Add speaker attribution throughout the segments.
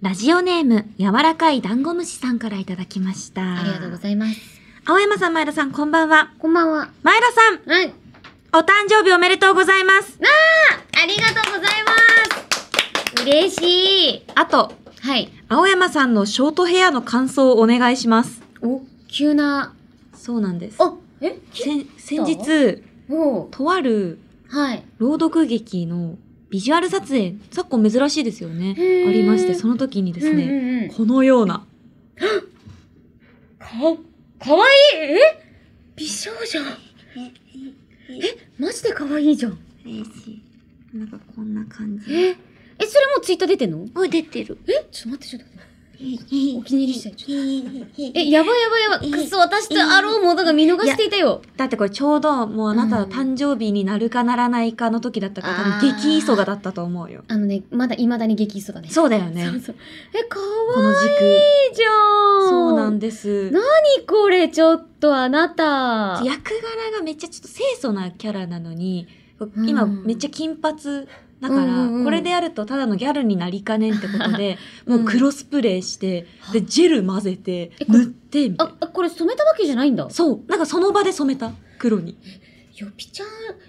Speaker 1: ラジオネーム、柔らかいダンゴムシさんからいただきました。
Speaker 2: ありがとうございます。
Speaker 1: 青山さん、前田さん、こんばんは。
Speaker 2: こんばんは。
Speaker 1: 前田さん、
Speaker 2: はい。
Speaker 1: お誕生日おめでとうございます。
Speaker 2: ありがとうございます。嬉しい。
Speaker 1: あと、
Speaker 2: はい。
Speaker 1: 青山さんのショートヘアの感想をお願いします。
Speaker 2: お、急な。
Speaker 1: そうなんです。
Speaker 2: あ、え
Speaker 1: 先先日、
Speaker 2: お
Speaker 1: とある
Speaker 2: はい。
Speaker 1: 朗読劇のビジュアル撮影、昨今珍しいですよね。
Speaker 2: へー
Speaker 1: ありまして、その時にです
Speaker 2: うん
Speaker 1: ね、
Speaker 2: うんうん、
Speaker 1: このような、
Speaker 2: か、かわいいえ美少女。え、マジでかわいいじゃん。
Speaker 1: 嬉しい。なんかこんな感。
Speaker 2: え、え、それもうツイッター出てんの
Speaker 1: お、出てる。
Speaker 2: えちょっと待って、ちょっと待って。
Speaker 1: お
Speaker 2: お気に入りしたい。ちょっとえ、やばいやばいやばい。くそ、私とあろうものが見逃していたよ。
Speaker 1: だってこれちょうどもうあなた
Speaker 2: う
Speaker 1: は
Speaker 2: ん
Speaker 1: 誕生日になるかならないかの時だったから、
Speaker 2: あ
Speaker 1: 多
Speaker 2: ー
Speaker 1: 分激イソガだったと思うよ。
Speaker 2: あのね、まだ未だに激イソだね。
Speaker 1: そうだよね
Speaker 2: そうそう。え、か
Speaker 1: こ
Speaker 2: わ
Speaker 1: の
Speaker 2: い
Speaker 1: 時
Speaker 2: いじゃん。
Speaker 1: 期。そうなん
Speaker 2: だ。
Speaker 1: です。
Speaker 2: な何これ、ちょっとあなた。
Speaker 1: 役柄がめっちゃちょっと清楚なキャラなのに、
Speaker 2: ん
Speaker 1: 今めっちゃ金髪だから、
Speaker 2: うんうんうん
Speaker 1: これでやるとただのギャルになりかねんってこと で、
Speaker 2: うん
Speaker 1: もう黒スプレーして、で、ジェル混ぜて
Speaker 2: え、こ
Speaker 1: 塗って、みたい
Speaker 2: あ
Speaker 1: な。、
Speaker 2: あこれ染めたわけじゃないんだ。
Speaker 1: そう。なんかその場で染めた。黒に。
Speaker 2: よぴちゃん、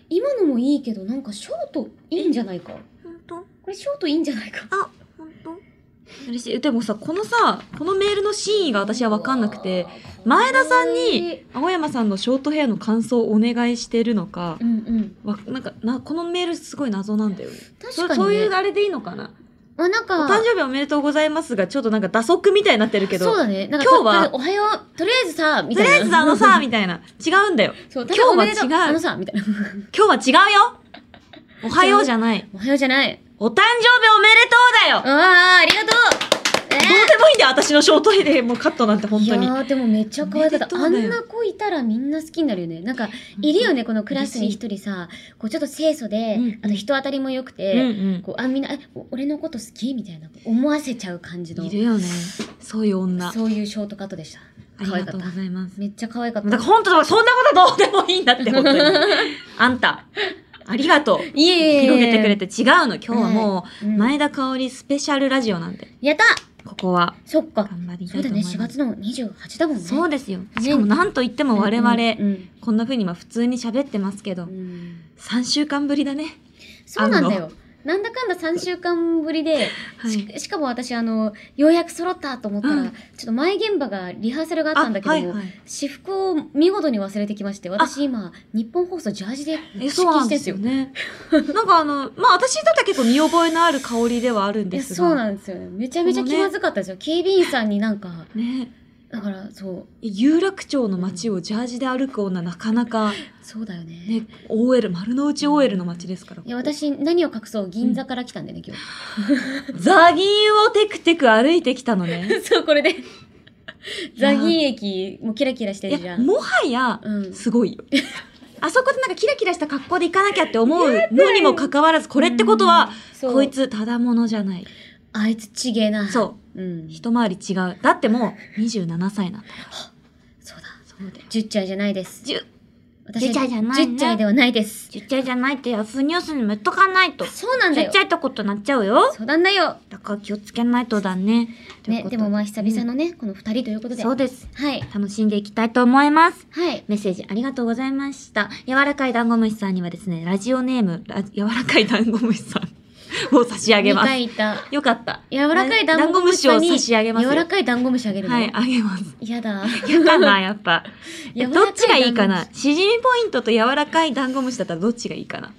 Speaker 2: 今のもいいけど、なんかショートいいんじゃないか。
Speaker 1: 本当
Speaker 2: これショートいいんじゃないか。
Speaker 1: あ、本当嬉しい。でもさ、このさ、このメールの真意が私は分かんなくて、前田さんに、青山さんのショートヘアの感想をお願いしてるのか
Speaker 2: う、んうん。
Speaker 1: わなんかな、このメールすごい謎なんだよね。
Speaker 2: 確か
Speaker 1: そ
Speaker 2: に、ね。
Speaker 1: そういうあれでいいのかな
Speaker 2: まあ、なん
Speaker 1: お
Speaker 2: か、
Speaker 1: 誕生日おめでとうございますが、ちょっとなんか打足みたいになってるけど、
Speaker 2: そう
Speaker 1: と
Speaker 2: だね。なんか
Speaker 1: 今日は
Speaker 2: ととりあえずおはよう、とりあえずさ、みた
Speaker 1: り
Speaker 2: いな。
Speaker 1: あえずあの さ、、みたいな。違うんだよ。
Speaker 2: そう
Speaker 1: 今日は
Speaker 2: ただおめでとう
Speaker 1: 違う
Speaker 2: あのさ、みたいな。
Speaker 1: 今日は違うよおはようじゃない。
Speaker 2: おはようじゃない。
Speaker 1: お誕生日おめでとうだよ
Speaker 2: ああ、ありがとうえ
Speaker 1: どうでもいいんだよ、私のショートヘアでもうカットなんて本
Speaker 2: い
Speaker 1: 当
Speaker 2: や
Speaker 1: に。
Speaker 2: ーでもめっちゃ可愛か
Speaker 1: おめ
Speaker 2: っ
Speaker 1: でと
Speaker 2: た。
Speaker 1: う
Speaker 2: あ
Speaker 1: だよ
Speaker 2: んな子いたらみんな好きになるよね。なんか、いるよね、このクラスに一人さ、こうちょっと清楚で、
Speaker 1: うんうん
Speaker 2: あと人当たりも良くて、
Speaker 1: うんうん。
Speaker 2: こうあみんなえお俺のこと好きみたいな思わせちゃう感じの
Speaker 1: いるよね。そういう女。
Speaker 2: そういうショートカットでした
Speaker 1: あり
Speaker 2: 可愛
Speaker 1: が
Speaker 2: か
Speaker 1: と
Speaker 2: っ
Speaker 1: う
Speaker 2: た
Speaker 1: ございます。
Speaker 2: めっちゃ可愛かっ
Speaker 1: だか
Speaker 2: た
Speaker 1: ら本当だ、そんなことどうでもいいんだって、本当 に。あんた、ありがとう。
Speaker 2: いえいえ
Speaker 1: 広げてくれて違うの。今日はも
Speaker 2: う
Speaker 1: う、
Speaker 2: ん
Speaker 1: 前田香織スペシャルラジオなんで、
Speaker 2: やった
Speaker 1: ここは
Speaker 2: そっか
Speaker 1: 頑張りた
Speaker 2: そ
Speaker 1: いうと
Speaker 2: だ
Speaker 1: 思
Speaker 2: ね
Speaker 1: い
Speaker 2: 4
Speaker 1: ます。
Speaker 2: 月の28だもんね
Speaker 1: そう
Speaker 2: だ
Speaker 1: ですよ。しかも何と言っても我々、
Speaker 2: うん
Speaker 1: こんな風に今普通に喋ってますけど
Speaker 2: うん、うん
Speaker 1: 3週間ぶりだね。
Speaker 2: そうなんだよなんだかんだ3週間ぶりで、
Speaker 1: はい
Speaker 2: ししかも私あのようやく揃ったと思ったら、
Speaker 1: うん
Speaker 2: ちょっと前現場がリハーサルがあったんだけども、
Speaker 1: はいはい。
Speaker 2: 私服を見事に忘れてきまして私今日本放送ジャージで
Speaker 1: え、
Speaker 2: 出
Speaker 1: そうなん
Speaker 2: 勤して
Speaker 1: で
Speaker 2: んす
Speaker 1: す
Speaker 2: よ
Speaker 1: よね。なんかあの、まあ私にとっては結構見覚えのある香りではあるん
Speaker 2: い
Speaker 1: で
Speaker 2: や
Speaker 1: すが。
Speaker 2: そうなんですよねめちゃめちゃ気まずかったですよ、警備員さんになんか
Speaker 1: ね。
Speaker 2: だからそう
Speaker 1: 有楽町の街をジャージで歩く女なかなか、
Speaker 2: そうだよね
Speaker 1: ね、OL 丸の内 OL の街ですから
Speaker 2: いや私何を隠そう銀座から来たんでね今日、
Speaker 1: ザギンをテクテク歩いてきたのね
Speaker 2: そうこれで
Speaker 1: や
Speaker 2: ザギン駅もうキラキラしてる
Speaker 1: い
Speaker 2: じゃ
Speaker 1: や
Speaker 2: ん
Speaker 1: もはや
Speaker 2: うん
Speaker 1: すごい よあそこでなんかキラキラした格好で行かなきゃって思うのにもかかわらずこれってことは、
Speaker 2: そう
Speaker 1: こいつただものじゃない
Speaker 2: あいつちげえな、
Speaker 1: そう
Speaker 2: うん、
Speaker 1: う一回り違うだってもう27歳なんだ
Speaker 2: そうだ
Speaker 1: そうだよ
Speaker 2: 10歳じゃないです
Speaker 1: じゅ
Speaker 2: 私
Speaker 1: 10歳じゃないね
Speaker 2: 10歳ではないです
Speaker 1: ちっちゃいじゃないってヤフーニュースにも言っとかないと
Speaker 2: そうなんだよ
Speaker 1: ゃいってことになっちゃうよ
Speaker 2: そうなんだよ
Speaker 1: だから気をつけないとだね
Speaker 2: ねでもまあ久々のね、この二人ということで
Speaker 1: そうです
Speaker 2: はい
Speaker 1: 楽しんでいきたいと思います。
Speaker 2: はい
Speaker 1: メッセージありがとうございました。柔らかいダンゴムシさんにはですね、ラジオネーム、ラ柔らかいダンゴムシさ んを差し上げま
Speaker 2: 二
Speaker 1: す。
Speaker 2: 回いた
Speaker 1: よかった。
Speaker 2: 柔らかいダンゴムシ
Speaker 1: ダン
Speaker 2: さん
Speaker 1: ゴ
Speaker 2: に
Speaker 1: ムシを差し上げますよ
Speaker 2: 柔らかいダンゴムシあげるの、
Speaker 1: はい、あげます。
Speaker 2: やだ。
Speaker 1: よか な、やっぱ。え
Speaker 2: 柔らか い
Speaker 1: どっちがいいか
Speaker 2: ダン
Speaker 1: な
Speaker 2: ゴ
Speaker 1: しじみポイントと柔らかいダンゴムシだったらどっちがいいかな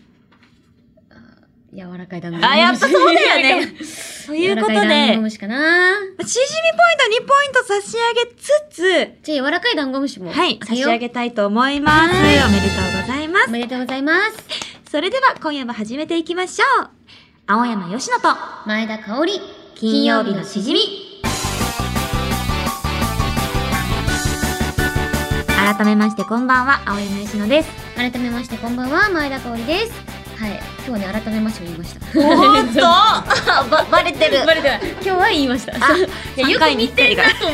Speaker 2: 柔らかいダンゴムシ。
Speaker 1: あ、やっぱそう だよね。と
Speaker 2: と
Speaker 1: いうことで、し
Speaker 2: 柔らか
Speaker 1: じみ
Speaker 2: いダンゴ
Speaker 1: ポイン
Speaker 2: ムシかな。
Speaker 1: ト2ポイント差し上げつ
Speaker 2: じゃあ柔らかいダンゴムシも。
Speaker 1: つ、はい、
Speaker 2: あ
Speaker 1: 差
Speaker 2: げ
Speaker 1: し
Speaker 2: よう
Speaker 1: 上げたいと思います。お
Speaker 2: は
Speaker 1: め
Speaker 2: い
Speaker 1: でとうございます
Speaker 2: お。めでとうございます。
Speaker 1: それでは今夜も始めていきましょう。青山よしのと
Speaker 2: 前田香織。
Speaker 1: 金曜日のしじみ。改めましてこんばんは、青山よしのです。
Speaker 2: 改めましてこんばんは、前田香織です。はい。今日はね、改めましてを言いました。
Speaker 1: おーっ とば、バレてる。
Speaker 2: バレてない。今日は言いました。
Speaker 1: あ
Speaker 2: いや、よく見て
Speaker 1: てるから。
Speaker 2: いや、そ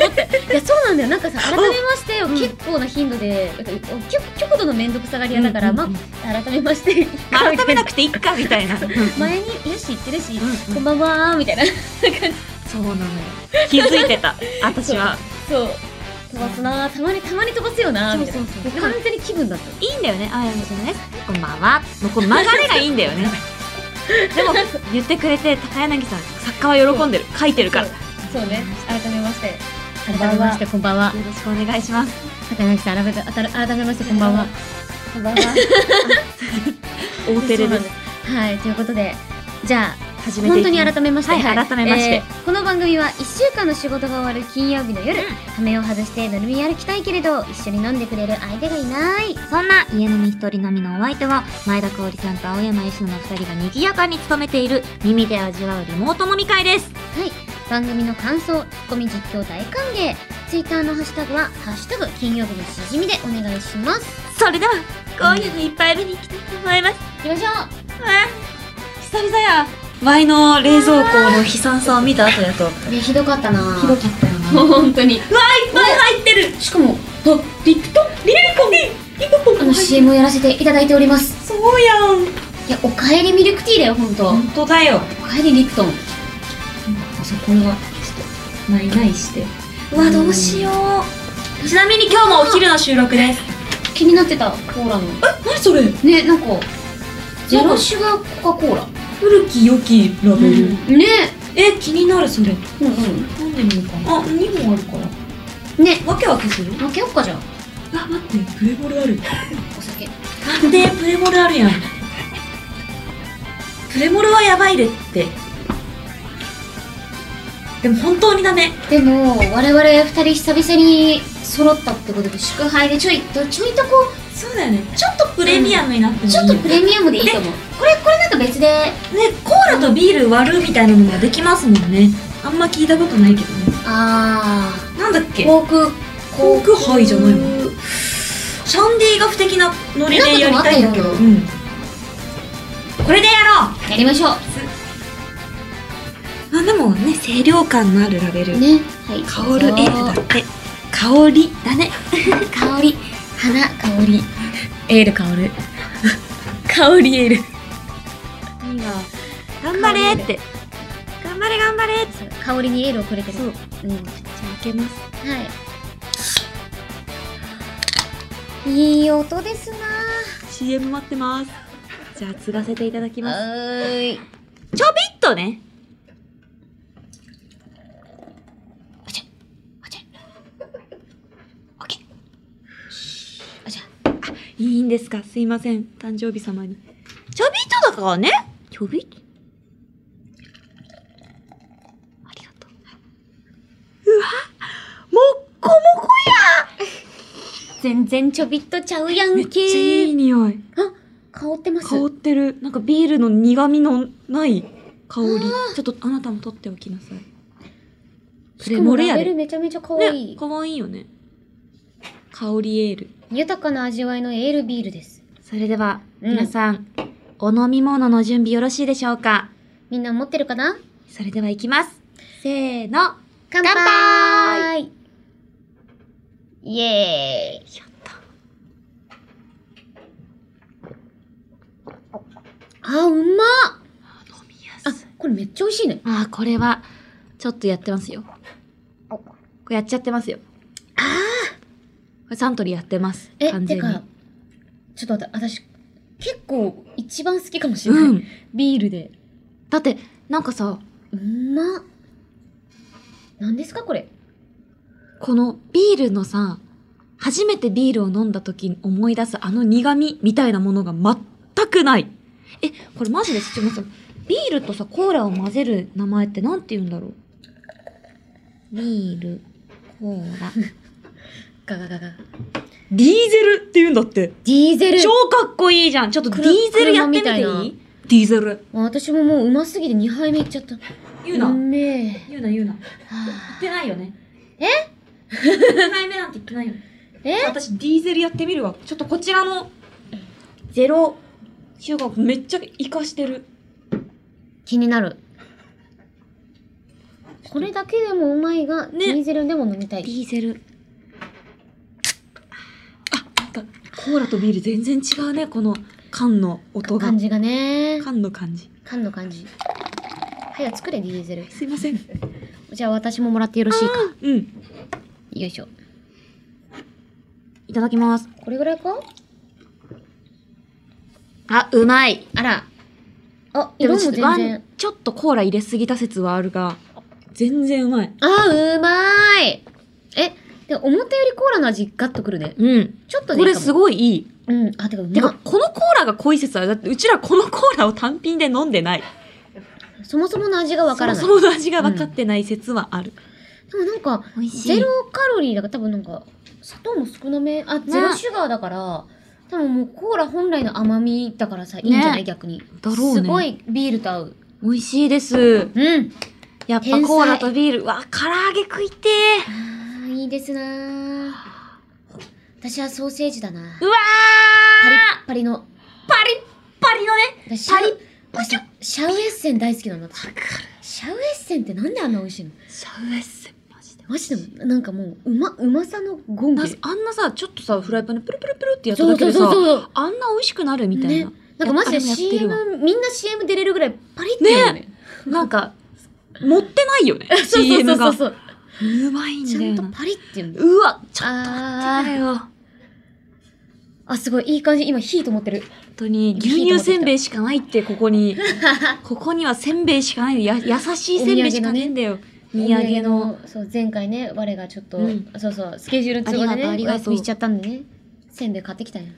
Speaker 2: うなんだよ。なんかさ、改めましてを
Speaker 1: うん
Speaker 2: 結構な頻度で、なんか極極度の面倒くさがり屋だから、
Speaker 1: うんうん
Speaker 2: ま
Speaker 1: うん
Speaker 2: あ、改めまして。
Speaker 1: 改めなくていいかみたいな。
Speaker 2: 前によし言ってるし、
Speaker 1: うんうん
Speaker 2: こんばんはーみたいな。
Speaker 1: そうなのよ気づいてた私は
Speaker 2: そう飛ばすなたまにたまに飛ばすよなみたいな
Speaker 1: そうそうそう
Speaker 2: もう完全に気分だった
Speaker 1: いいんだよねあやめちゃんねこんばんはのこの流れがいいんだよ ねでも言ってくれて高柳さん作家は喜んでる書いてるからよ
Speaker 2: そうそうね改めまして
Speaker 1: こんばんは
Speaker 2: 改めましてこんばんは
Speaker 1: ろしくお願いします
Speaker 2: 高梨さん改めてあたら改めましてこんばんは
Speaker 1: こんばんは 大照れ
Speaker 2: そう
Speaker 1: で
Speaker 2: なん
Speaker 1: す
Speaker 2: すはいということでじゃあ
Speaker 1: 始めて
Speaker 2: 本
Speaker 1: い
Speaker 2: 当
Speaker 1: き
Speaker 2: に
Speaker 1: ます
Speaker 2: 改めまして、
Speaker 1: はい改めまして
Speaker 2: この番組は1週間の仕事が終わる金曜日の夜、羽目を外して飲み歩きたいけれど一緒に飲んでくれる相手がいない
Speaker 3: そんな家飲み一人飲みのお相手は前田香織さんと青山由乃の2人が賑やかに務めている耳で味わうリモート飲み会です
Speaker 2: はい、番組の感想、ツッコミ実況大歓迎。ツイッターのハッシュタグは、ハッシュタグ金曜日のしじみでお願いします。
Speaker 3: それでは今夜の一杯目に行きたいと思います
Speaker 2: 行きましょ
Speaker 1: 久々やワイの冷蔵庫の悲惨さを見た後やと
Speaker 2: う。ね、ひどかったな
Speaker 1: ひどかったよな
Speaker 2: 本当に。
Speaker 1: いっぱい入ってる
Speaker 2: しか
Speaker 1: あ
Speaker 2: も、
Speaker 1: リプトリプコリプコ
Speaker 2: あの CM をやらせていただいております。
Speaker 1: そうやん
Speaker 2: いや、おかえりミルクティーだよ、本当。
Speaker 1: 本当だよ
Speaker 2: おかえりリプトン。
Speaker 1: あそこはちょっとないないしてうわどうしようちなみに今日もお昼の収録です
Speaker 2: 気になってた、コーラの。
Speaker 1: 何それ
Speaker 2: ね、なんか、ゼロシュガーコカ・コーラ。
Speaker 1: 古き良きラベル、
Speaker 2: ね、
Speaker 1: え気になるそれ
Speaker 2: うんうん。
Speaker 1: 飲んでみようかなあ二2本あるから
Speaker 2: ね、
Speaker 1: わけわけする
Speaker 2: 負けよっかじゃん。
Speaker 1: あ待ってプレボルある
Speaker 2: お酒。
Speaker 1: なんでプレモルあるやんプレモルはやばいでってでも本当にダメ
Speaker 2: でも我々二人久々に揃ったってことで祝杯でちょいとちょいとこう
Speaker 1: そうだよねちょっとプレミアムになってもいい
Speaker 2: ち
Speaker 1: よ
Speaker 2: ょっとプレミアムでいいと思うこれこれなんか別で
Speaker 1: ねコーラとビール割るみたいなのができますもんねあんま聞いたことないけどね
Speaker 2: あ
Speaker 1: なんだっ
Speaker 2: ー
Speaker 1: け
Speaker 2: 航空
Speaker 1: 航空杯じゃないもんシャンディーガフ的なノリでやりたいんだけど、
Speaker 2: なんか
Speaker 1: うん、これでやろ
Speaker 2: やりましょ
Speaker 1: うあでもね清涼感のあるラベル、
Speaker 2: うねはい
Speaker 1: 香るエールだって香りだね
Speaker 2: 香り花香り
Speaker 1: エール香る香りエールいいな頑張れって頑張れ頑張れって
Speaker 2: そう香りにエールをくれてる
Speaker 1: そう
Speaker 2: うんは
Speaker 1: じゃあ開けます
Speaker 2: いいい音ですな
Speaker 1: CM 待ってますじゃあ継がせていただきます
Speaker 2: ーい
Speaker 1: ちょびっとね。
Speaker 2: お茶お茶オッケーお茶
Speaker 1: いいんですかすいません。誕生日様に。ちょびっとだからね。ちょびっと。ありがとう。うわもっこもこ
Speaker 2: 全然ちょびっとちゃうや
Speaker 1: め
Speaker 2: ん
Speaker 1: っ
Speaker 2: け
Speaker 1: ちゃいい匂い。
Speaker 2: あ、香ってます。
Speaker 1: 香ってる。なんかビールの苦味のない香り。ちょっとあなたも取っておきなさい。プレモル
Speaker 2: しか
Speaker 1: や
Speaker 2: も
Speaker 1: で
Speaker 2: ラベル。めちゃめちゃ可愛い、
Speaker 1: ね、かわいいよね。香りエール。
Speaker 2: 豊かな味わいのエールビールです。
Speaker 3: それでは
Speaker 2: うん
Speaker 3: 皆さん、お飲み物の準備よろしいでしょうか
Speaker 2: みんな持ってるかな
Speaker 3: それではいきますせーの
Speaker 2: 乾杯
Speaker 3: 乾
Speaker 2: イエーイあ、うまっ
Speaker 1: 飲みや
Speaker 2: あ、これめっちゃ美味しいね。
Speaker 3: あーこれはちょっとやってますよこれやっちゃってますよ
Speaker 2: あ
Speaker 3: これサントリーやってます
Speaker 2: え、
Speaker 3: 完全
Speaker 2: て
Speaker 3: に
Speaker 2: か、ちょっと待って、私、結構一番好きかもしれない。
Speaker 3: うん
Speaker 2: ビールで。
Speaker 3: だってなんかさ
Speaker 2: うまっ何ですかこれ
Speaker 3: このビールのさ初めてビールを飲んだ時に思い出すあの苦味みたいなものが全くないえこれマジでちょっと待ってビールとさコーラを混ぜる名前ってなんて言うんだろうビールコーラ
Speaker 2: ガガガガ。
Speaker 1: ディーゼルって言うんだって。
Speaker 2: ディーゼル
Speaker 1: 超かっこいいじゃん。ちょっとディ
Speaker 2: く
Speaker 1: ー
Speaker 2: る
Speaker 1: ゼルやってみていい
Speaker 2: 車み
Speaker 1: ディーゼル。
Speaker 2: 私ももううますぎて2杯目いっちゃった。
Speaker 1: 言うな。
Speaker 2: めえ。
Speaker 1: 言うな言うな。言
Speaker 2: は
Speaker 1: っ
Speaker 2: あ
Speaker 1: てないよね。 え ?1 回目なんて言ってないよね。
Speaker 2: え
Speaker 1: 私ディーゼルやってみるわ。ちょっとこちらのゼロシュガーめっちゃ活かしてる。
Speaker 2: 気になる。これだけでもうまいが、
Speaker 1: ね
Speaker 2: ディーゼルでも飲みた
Speaker 3: ディ
Speaker 2: い。
Speaker 3: ーゼル
Speaker 1: なんかコーラとビール全然違うね。この缶の音が
Speaker 2: 感。じがね。
Speaker 1: 缶の感じ。
Speaker 2: 缶の感じ。早く作れ、ディーゼル。
Speaker 1: すいません。
Speaker 2: じゃあ私ももらってよろしいか。よ
Speaker 4: うん。
Speaker 2: いしょ。
Speaker 1: いただきます。
Speaker 2: これぐらいか
Speaker 1: あ、うまい。
Speaker 2: あら。あ、
Speaker 1: でも
Speaker 2: 色も
Speaker 1: ちょ
Speaker 2: 全
Speaker 1: っとワ
Speaker 2: 然
Speaker 1: ン。、ちょっとコーラ入れすぎた説はあるが、全然うまい。
Speaker 2: あー、うまーい。え、でも思ったよりコーラの味ガッとくるね。
Speaker 1: うん。
Speaker 2: ちょっとで
Speaker 1: こ
Speaker 2: いいかも。
Speaker 1: れすごいいい。
Speaker 2: うん。あ、てか、う
Speaker 1: て
Speaker 2: ま
Speaker 1: か、このコーラが濃い説は、だってうちらこのコーラを単品で飲んでない。
Speaker 2: そもそもの味がわからない。
Speaker 1: そもそもの味が分かってない説はある。
Speaker 2: でもなんか、
Speaker 1: 美味
Speaker 2: ゼロカロリーだから多分なんか、砂糖も少なめ、あ、ゼロシュガーだから、多分もうコーラ本来の甘みだからさ、いいんじゃない、
Speaker 1: ね
Speaker 2: 逆に。
Speaker 1: だろうね
Speaker 2: すごいビールと合う。
Speaker 1: 美味しいです。
Speaker 2: うん。
Speaker 1: やっぱ
Speaker 2: 天才
Speaker 1: コーラとビール。わ、唐揚げ食いて
Speaker 2: あーいいですなー私はソーセージだな
Speaker 1: ー。うわ
Speaker 2: パリッパリの。
Speaker 1: ーパリッパリのね。
Speaker 2: パリシ
Speaker 1: パリッ
Speaker 2: ャシャウエッセン大好きなの私。シャウエッセンってなんであんな美味しいの
Speaker 1: シャウエッセン、マジで。
Speaker 2: マジで、なんかもう、うま、うまさのゴン
Speaker 1: な
Speaker 2: グ。
Speaker 1: あんなさ、ちょっとさ、フライパンでプルプルプルってやっただけでさ、
Speaker 2: そう。
Speaker 1: あんな美味しくなるみたいな。
Speaker 2: ねなんかマジで
Speaker 1: やっぱりやってるわ
Speaker 2: CM、みんな CM 出れるぐらいパリッてなるよね。
Speaker 1: なんか、持ってないよね。
Speaker 2: そうそう
Speaker 1: CM
Speaker 2: そ
Speaker 1: が
Speaker 2: う。そう。
Speaker 1: うまいん
Speaker 2: ち
Speaker 1: だ
Speaker 2: ゃ
Speaker 1: よ
Speaker 2: んと
Speaker 1: な。
Speaker 2: パリッていうの。
Speaker 1: うわ、ちょっと
Speaker 2: あ
Speaker 1: 待って
Speaker 2: ー
Speaker 1: だよ。本
Speaker 2: あ、すごい、いい感じ。今、火と思ってる。
Speaker 1: 当に、牛乳せんべいしかないって、ここ に。ここにはせんべいしかない。や、優しいせんべいしかないんだよ。土産の。
Speaker 2: お土産のそう、前回ね、我がちょっと、
Speaker 1: うん
Speaker 2: そうそう、スケジュール都合でね、
Speaker 1: ありが
Speaker 2: お
Speaker 1: とうありがとう
Speaker 2: 休みしちゃったんでね、せんべい買ってきたんや。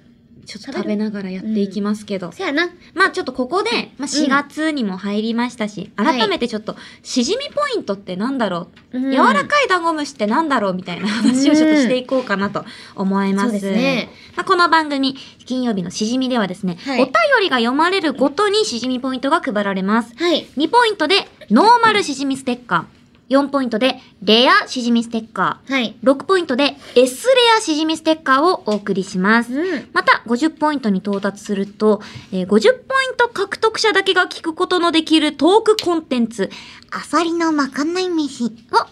Speaker 1: ちょっと食べながらやっていきますけど。
Speaker 2: せやな。
Speaker 1: まあちょっとここで、まあ、4月にも入りましたし、
Speaker 2: うん
Speaker 1: 改めてちょっと、しじみポイントってなんだろう、
Speaker 2: うん
Speaker 1: 柔らかいダンゴムシってなんだろうみたいな話をちょっとしていこうかなと思います。
Speaker 2: そうですね。
Speaker 1: まあ、この番組、金曜日のしじみではですね、
Speaker 2: はい
Speaker 1: お便りが読まれるごとにしじみポイントが配られます。
Speaker 2: はい。
Speaker 1: 2ポイントで、ノーマルしじみステッカー。4ポイントで、レアしじみステッカ
Speaker 2: はい。
Speaker 1: ー。6ポイントで、S レアしじみステッカーをお送りします。
Speaker 2: うん。
Speaker 1: また、50ポイントに到達すると、えー50ポイント獲得者だけが聞くことのできるトークコンテンツ、アサリのまかない飯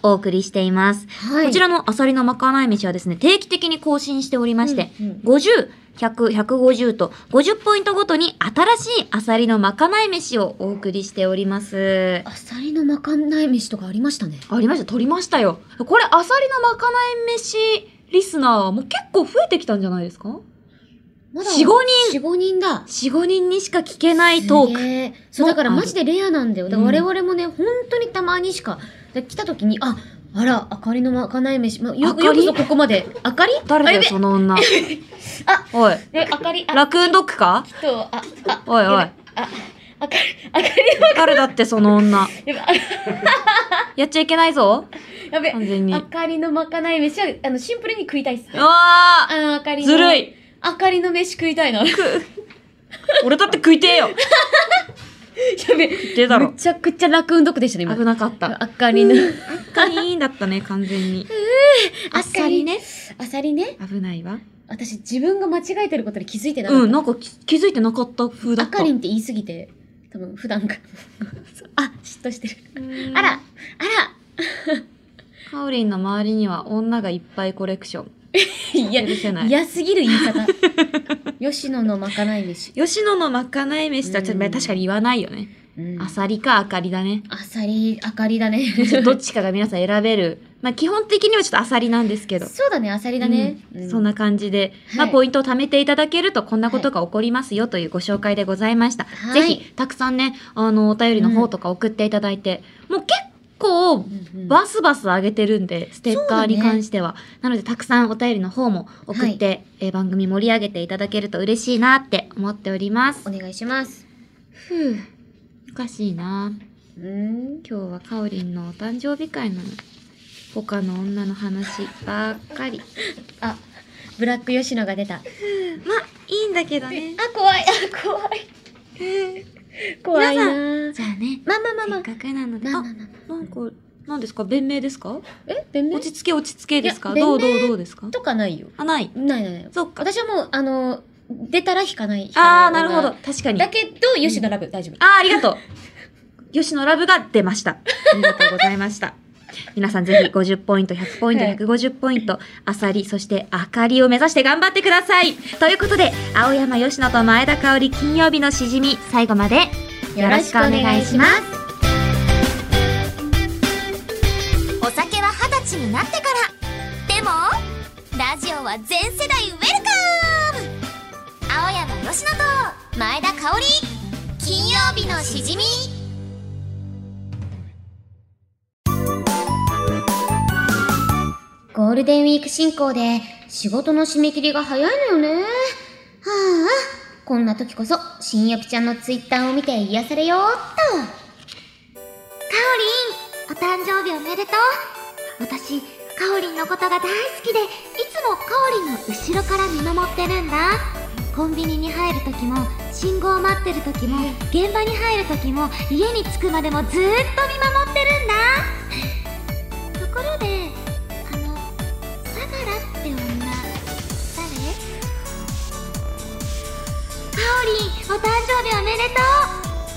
Speaker 1: をお送りしています。
Speaker 2: はい。
Speaker 1: こちらのアサリのまかない飯はですね、定期的に更新しておりまして、
Speaker 2: うんうん
Speaker 1: 50、100、150と50ポイントごとに新しいアサリのまかない飯をお送りしております。
Speaker 2: あさりのまかない飯とかありましたね。
Speaker 1: ありました、取りましたよ。これ、アサリのまかない飯リスナーはもう結構増えてきたんじゃないですか
Speaker 2: ま
Speaker 1: 4 5人
Speaker 2: 四五人だ。
Speaker 1: 4、5人にしか聞けないトーク
Speaker 2: す。げえそう、だからマジでレアなんだよ。だから
Speaker 1: うん
Speaker 2: 我々もね、本当にたまにしか、で来た時に、あ、あら、あかりのまかない飯、まあ、よく
Speaker 1: あか
Speaker 2: よ
Speaker 1: り
Speaker 2: くぞここまで。あかり
Speaker 1: 誰だ
Speaker 2: あ
Speaker 1: よ、
Speaker 2: や
Speaker 1: その女。
Speaker 2: あ
Speaker 1: おい、
Speaker 2: べえあかり、あ、
Speaker 1: ラクーンドッグか
Speaker 2: と、あ、あ、
Speaker 1: おい
Speaker 2: や
Speaker 1: お
Speaker 2: ば
Speaker 1: い。
Speaker 2: あ、あかり、あか
Speaker 1: 誰だって、その女。
Speaker 2: り、やばい、
Speaker 1: やっちゃいけないぞ、
Speaker 2: あやべ
Speaker 1: 完全に。
Speaker 2: あ
Speaker 1: う
Speaker 2: かりのまかない飯は、あの、シンプルに食いたいっす。
Speaker 1: わ
Speaker 2: あの、あかり
Speaker 1: ー
Speaker 2: の。
Speaker 1: ずるい。
Speaker 2: あかりの飯食いた いな。や
Speaker 1: 俺だって食いてえよ。
Speaker 2: べえ、
Speaker 1: 食いてえだろ
Speaker 2: め。ちゃくちゃ楽運ドッグでしたね、今
Speaker 1: 危。なかった。
Speaker 2: あかりの。
Speaker 1: カニーンだったね、完全 に。あっさりね。
Speaker 2: あさりね。
Speaker 1: 危ないわ。
Speaker 2: 私、自分が間違えてることに気づいてなかった。
Speaker 1: うん、なんかき気づいてなかった風だ
Speaker 2: あ
Speaker 1: った。
Speaker 2: かりんって言いすぎて、多分普段からそうあ、嫉妬してる。
Speaker 1: うん
Speaker 2: あら、あら、
Speaker 1: カオリンの周りには女がいっぱいコレクション。
Speaker 2: いや、
Speaker 1: 許せない。
Speaker 2: 嫌すぎる言い 方。吉野のまかない飯。
Speaker 1: 吉野のまかない飯とはちょっと
Speaker 2: うん
Speaker 1: 確かに言わないよね。
Speaker 2: うん
Speaker 1: あさりかあかりだね。
Speaker 2: あさり、あかりだね。
Speaker 1: ちょっとどっちかが皆さん選べる。 まあ基本的にはちょっとアサリなんですけど。
Speaker 2: そうだね、あさりだね。
Speaker 1: うん
Speaker 2: う
Speaker 1: そんな感じで、
Speaker 2: はい
Speaker 1: まあポイントを貯めていただけるとこんなことが起こりますよというご紹介でございました。
Speaker 2: はい
Speaker 1: ぜひたくさんね、あのお便りの方とか送っていただいて、もう結構
Speaker 2: うんうん
Speaker 1: バスバス上げてるんで、ステッカーに関しては。なのでたくさんお便りの方も送って、えー番組盛り上げていただけると嬉しいなって思っております
Speaker 2: お。願いします。
Speaker 1: ふうおかしいな。
Speaker 2: うん。
Speaker 1: 今日はかおりんのお誕生日会なのに他の女の話ばっかり
Speaker 2: あ、ブラック吉野が出た。あ、
Speaker 1: まあいいんだけどね
Speaker 2: 怖い、あ、怖い。怖いなぁ。
Speaker 1: じゃあね
Speaker 2: まあまあまあま
Speaker 1: せ
Speaker 2: あ
Speaker 1: っ。かくなので
Speaker 2: まあ
Speaker 1: あ
Speaker 2: まあまあ。
Speaker 1: なんか何ですか弁明ですか
Speaker 2: え、弁明
Speaker 1: 落ち着け落ち着けですか
Speaker 2: いや
Speaker 1: どうどうどうですか
Speaker 2: とかないよ。
Speaker 1: あない
Speaker 2: ないないない。
Speaker 1: そっか
Speaker 2: 私はもう、あの、出たら引かない。
Speaker 1: ああなるほど。確かに
Speaker 2: だ
Speaker 1: あ
Speaker 2: けど、吉野ラブ、大丈夫。
Speaker 1: あーありがとう吉野ラブが出ましたありがとうございました皆さんぜひ50ポイント、100ポイント、
Speaker 2: はい
Speaker 1: 150ポイント、あさり、そしてあかりを目指して頑張ってください。ということで、青山吉野と前田香織金曜日のしじみ、最後までよろしくお願いします。
Speaker 5: になってからでもラジオは全世代ウェルカム青山吉野と前田香織金曜日のしじみ
Speaker 2: ゴールデンウィーク進行で仕事の締め切りが早いのよね。はあ、こんな時こそ、新よぴちゃんのツイッターを見て癒されよーっ
Speaker 5: かおりんお誕生日おめでとう私かおりんのことが大好きでいつもかおりんの後ろから見守ってるんだコンビニに入る時も信号を待ってる時も現場に入る時も家に着くまでもずーっと見守ってるんだところであの相良って女誰かおりんお誕生日おめでと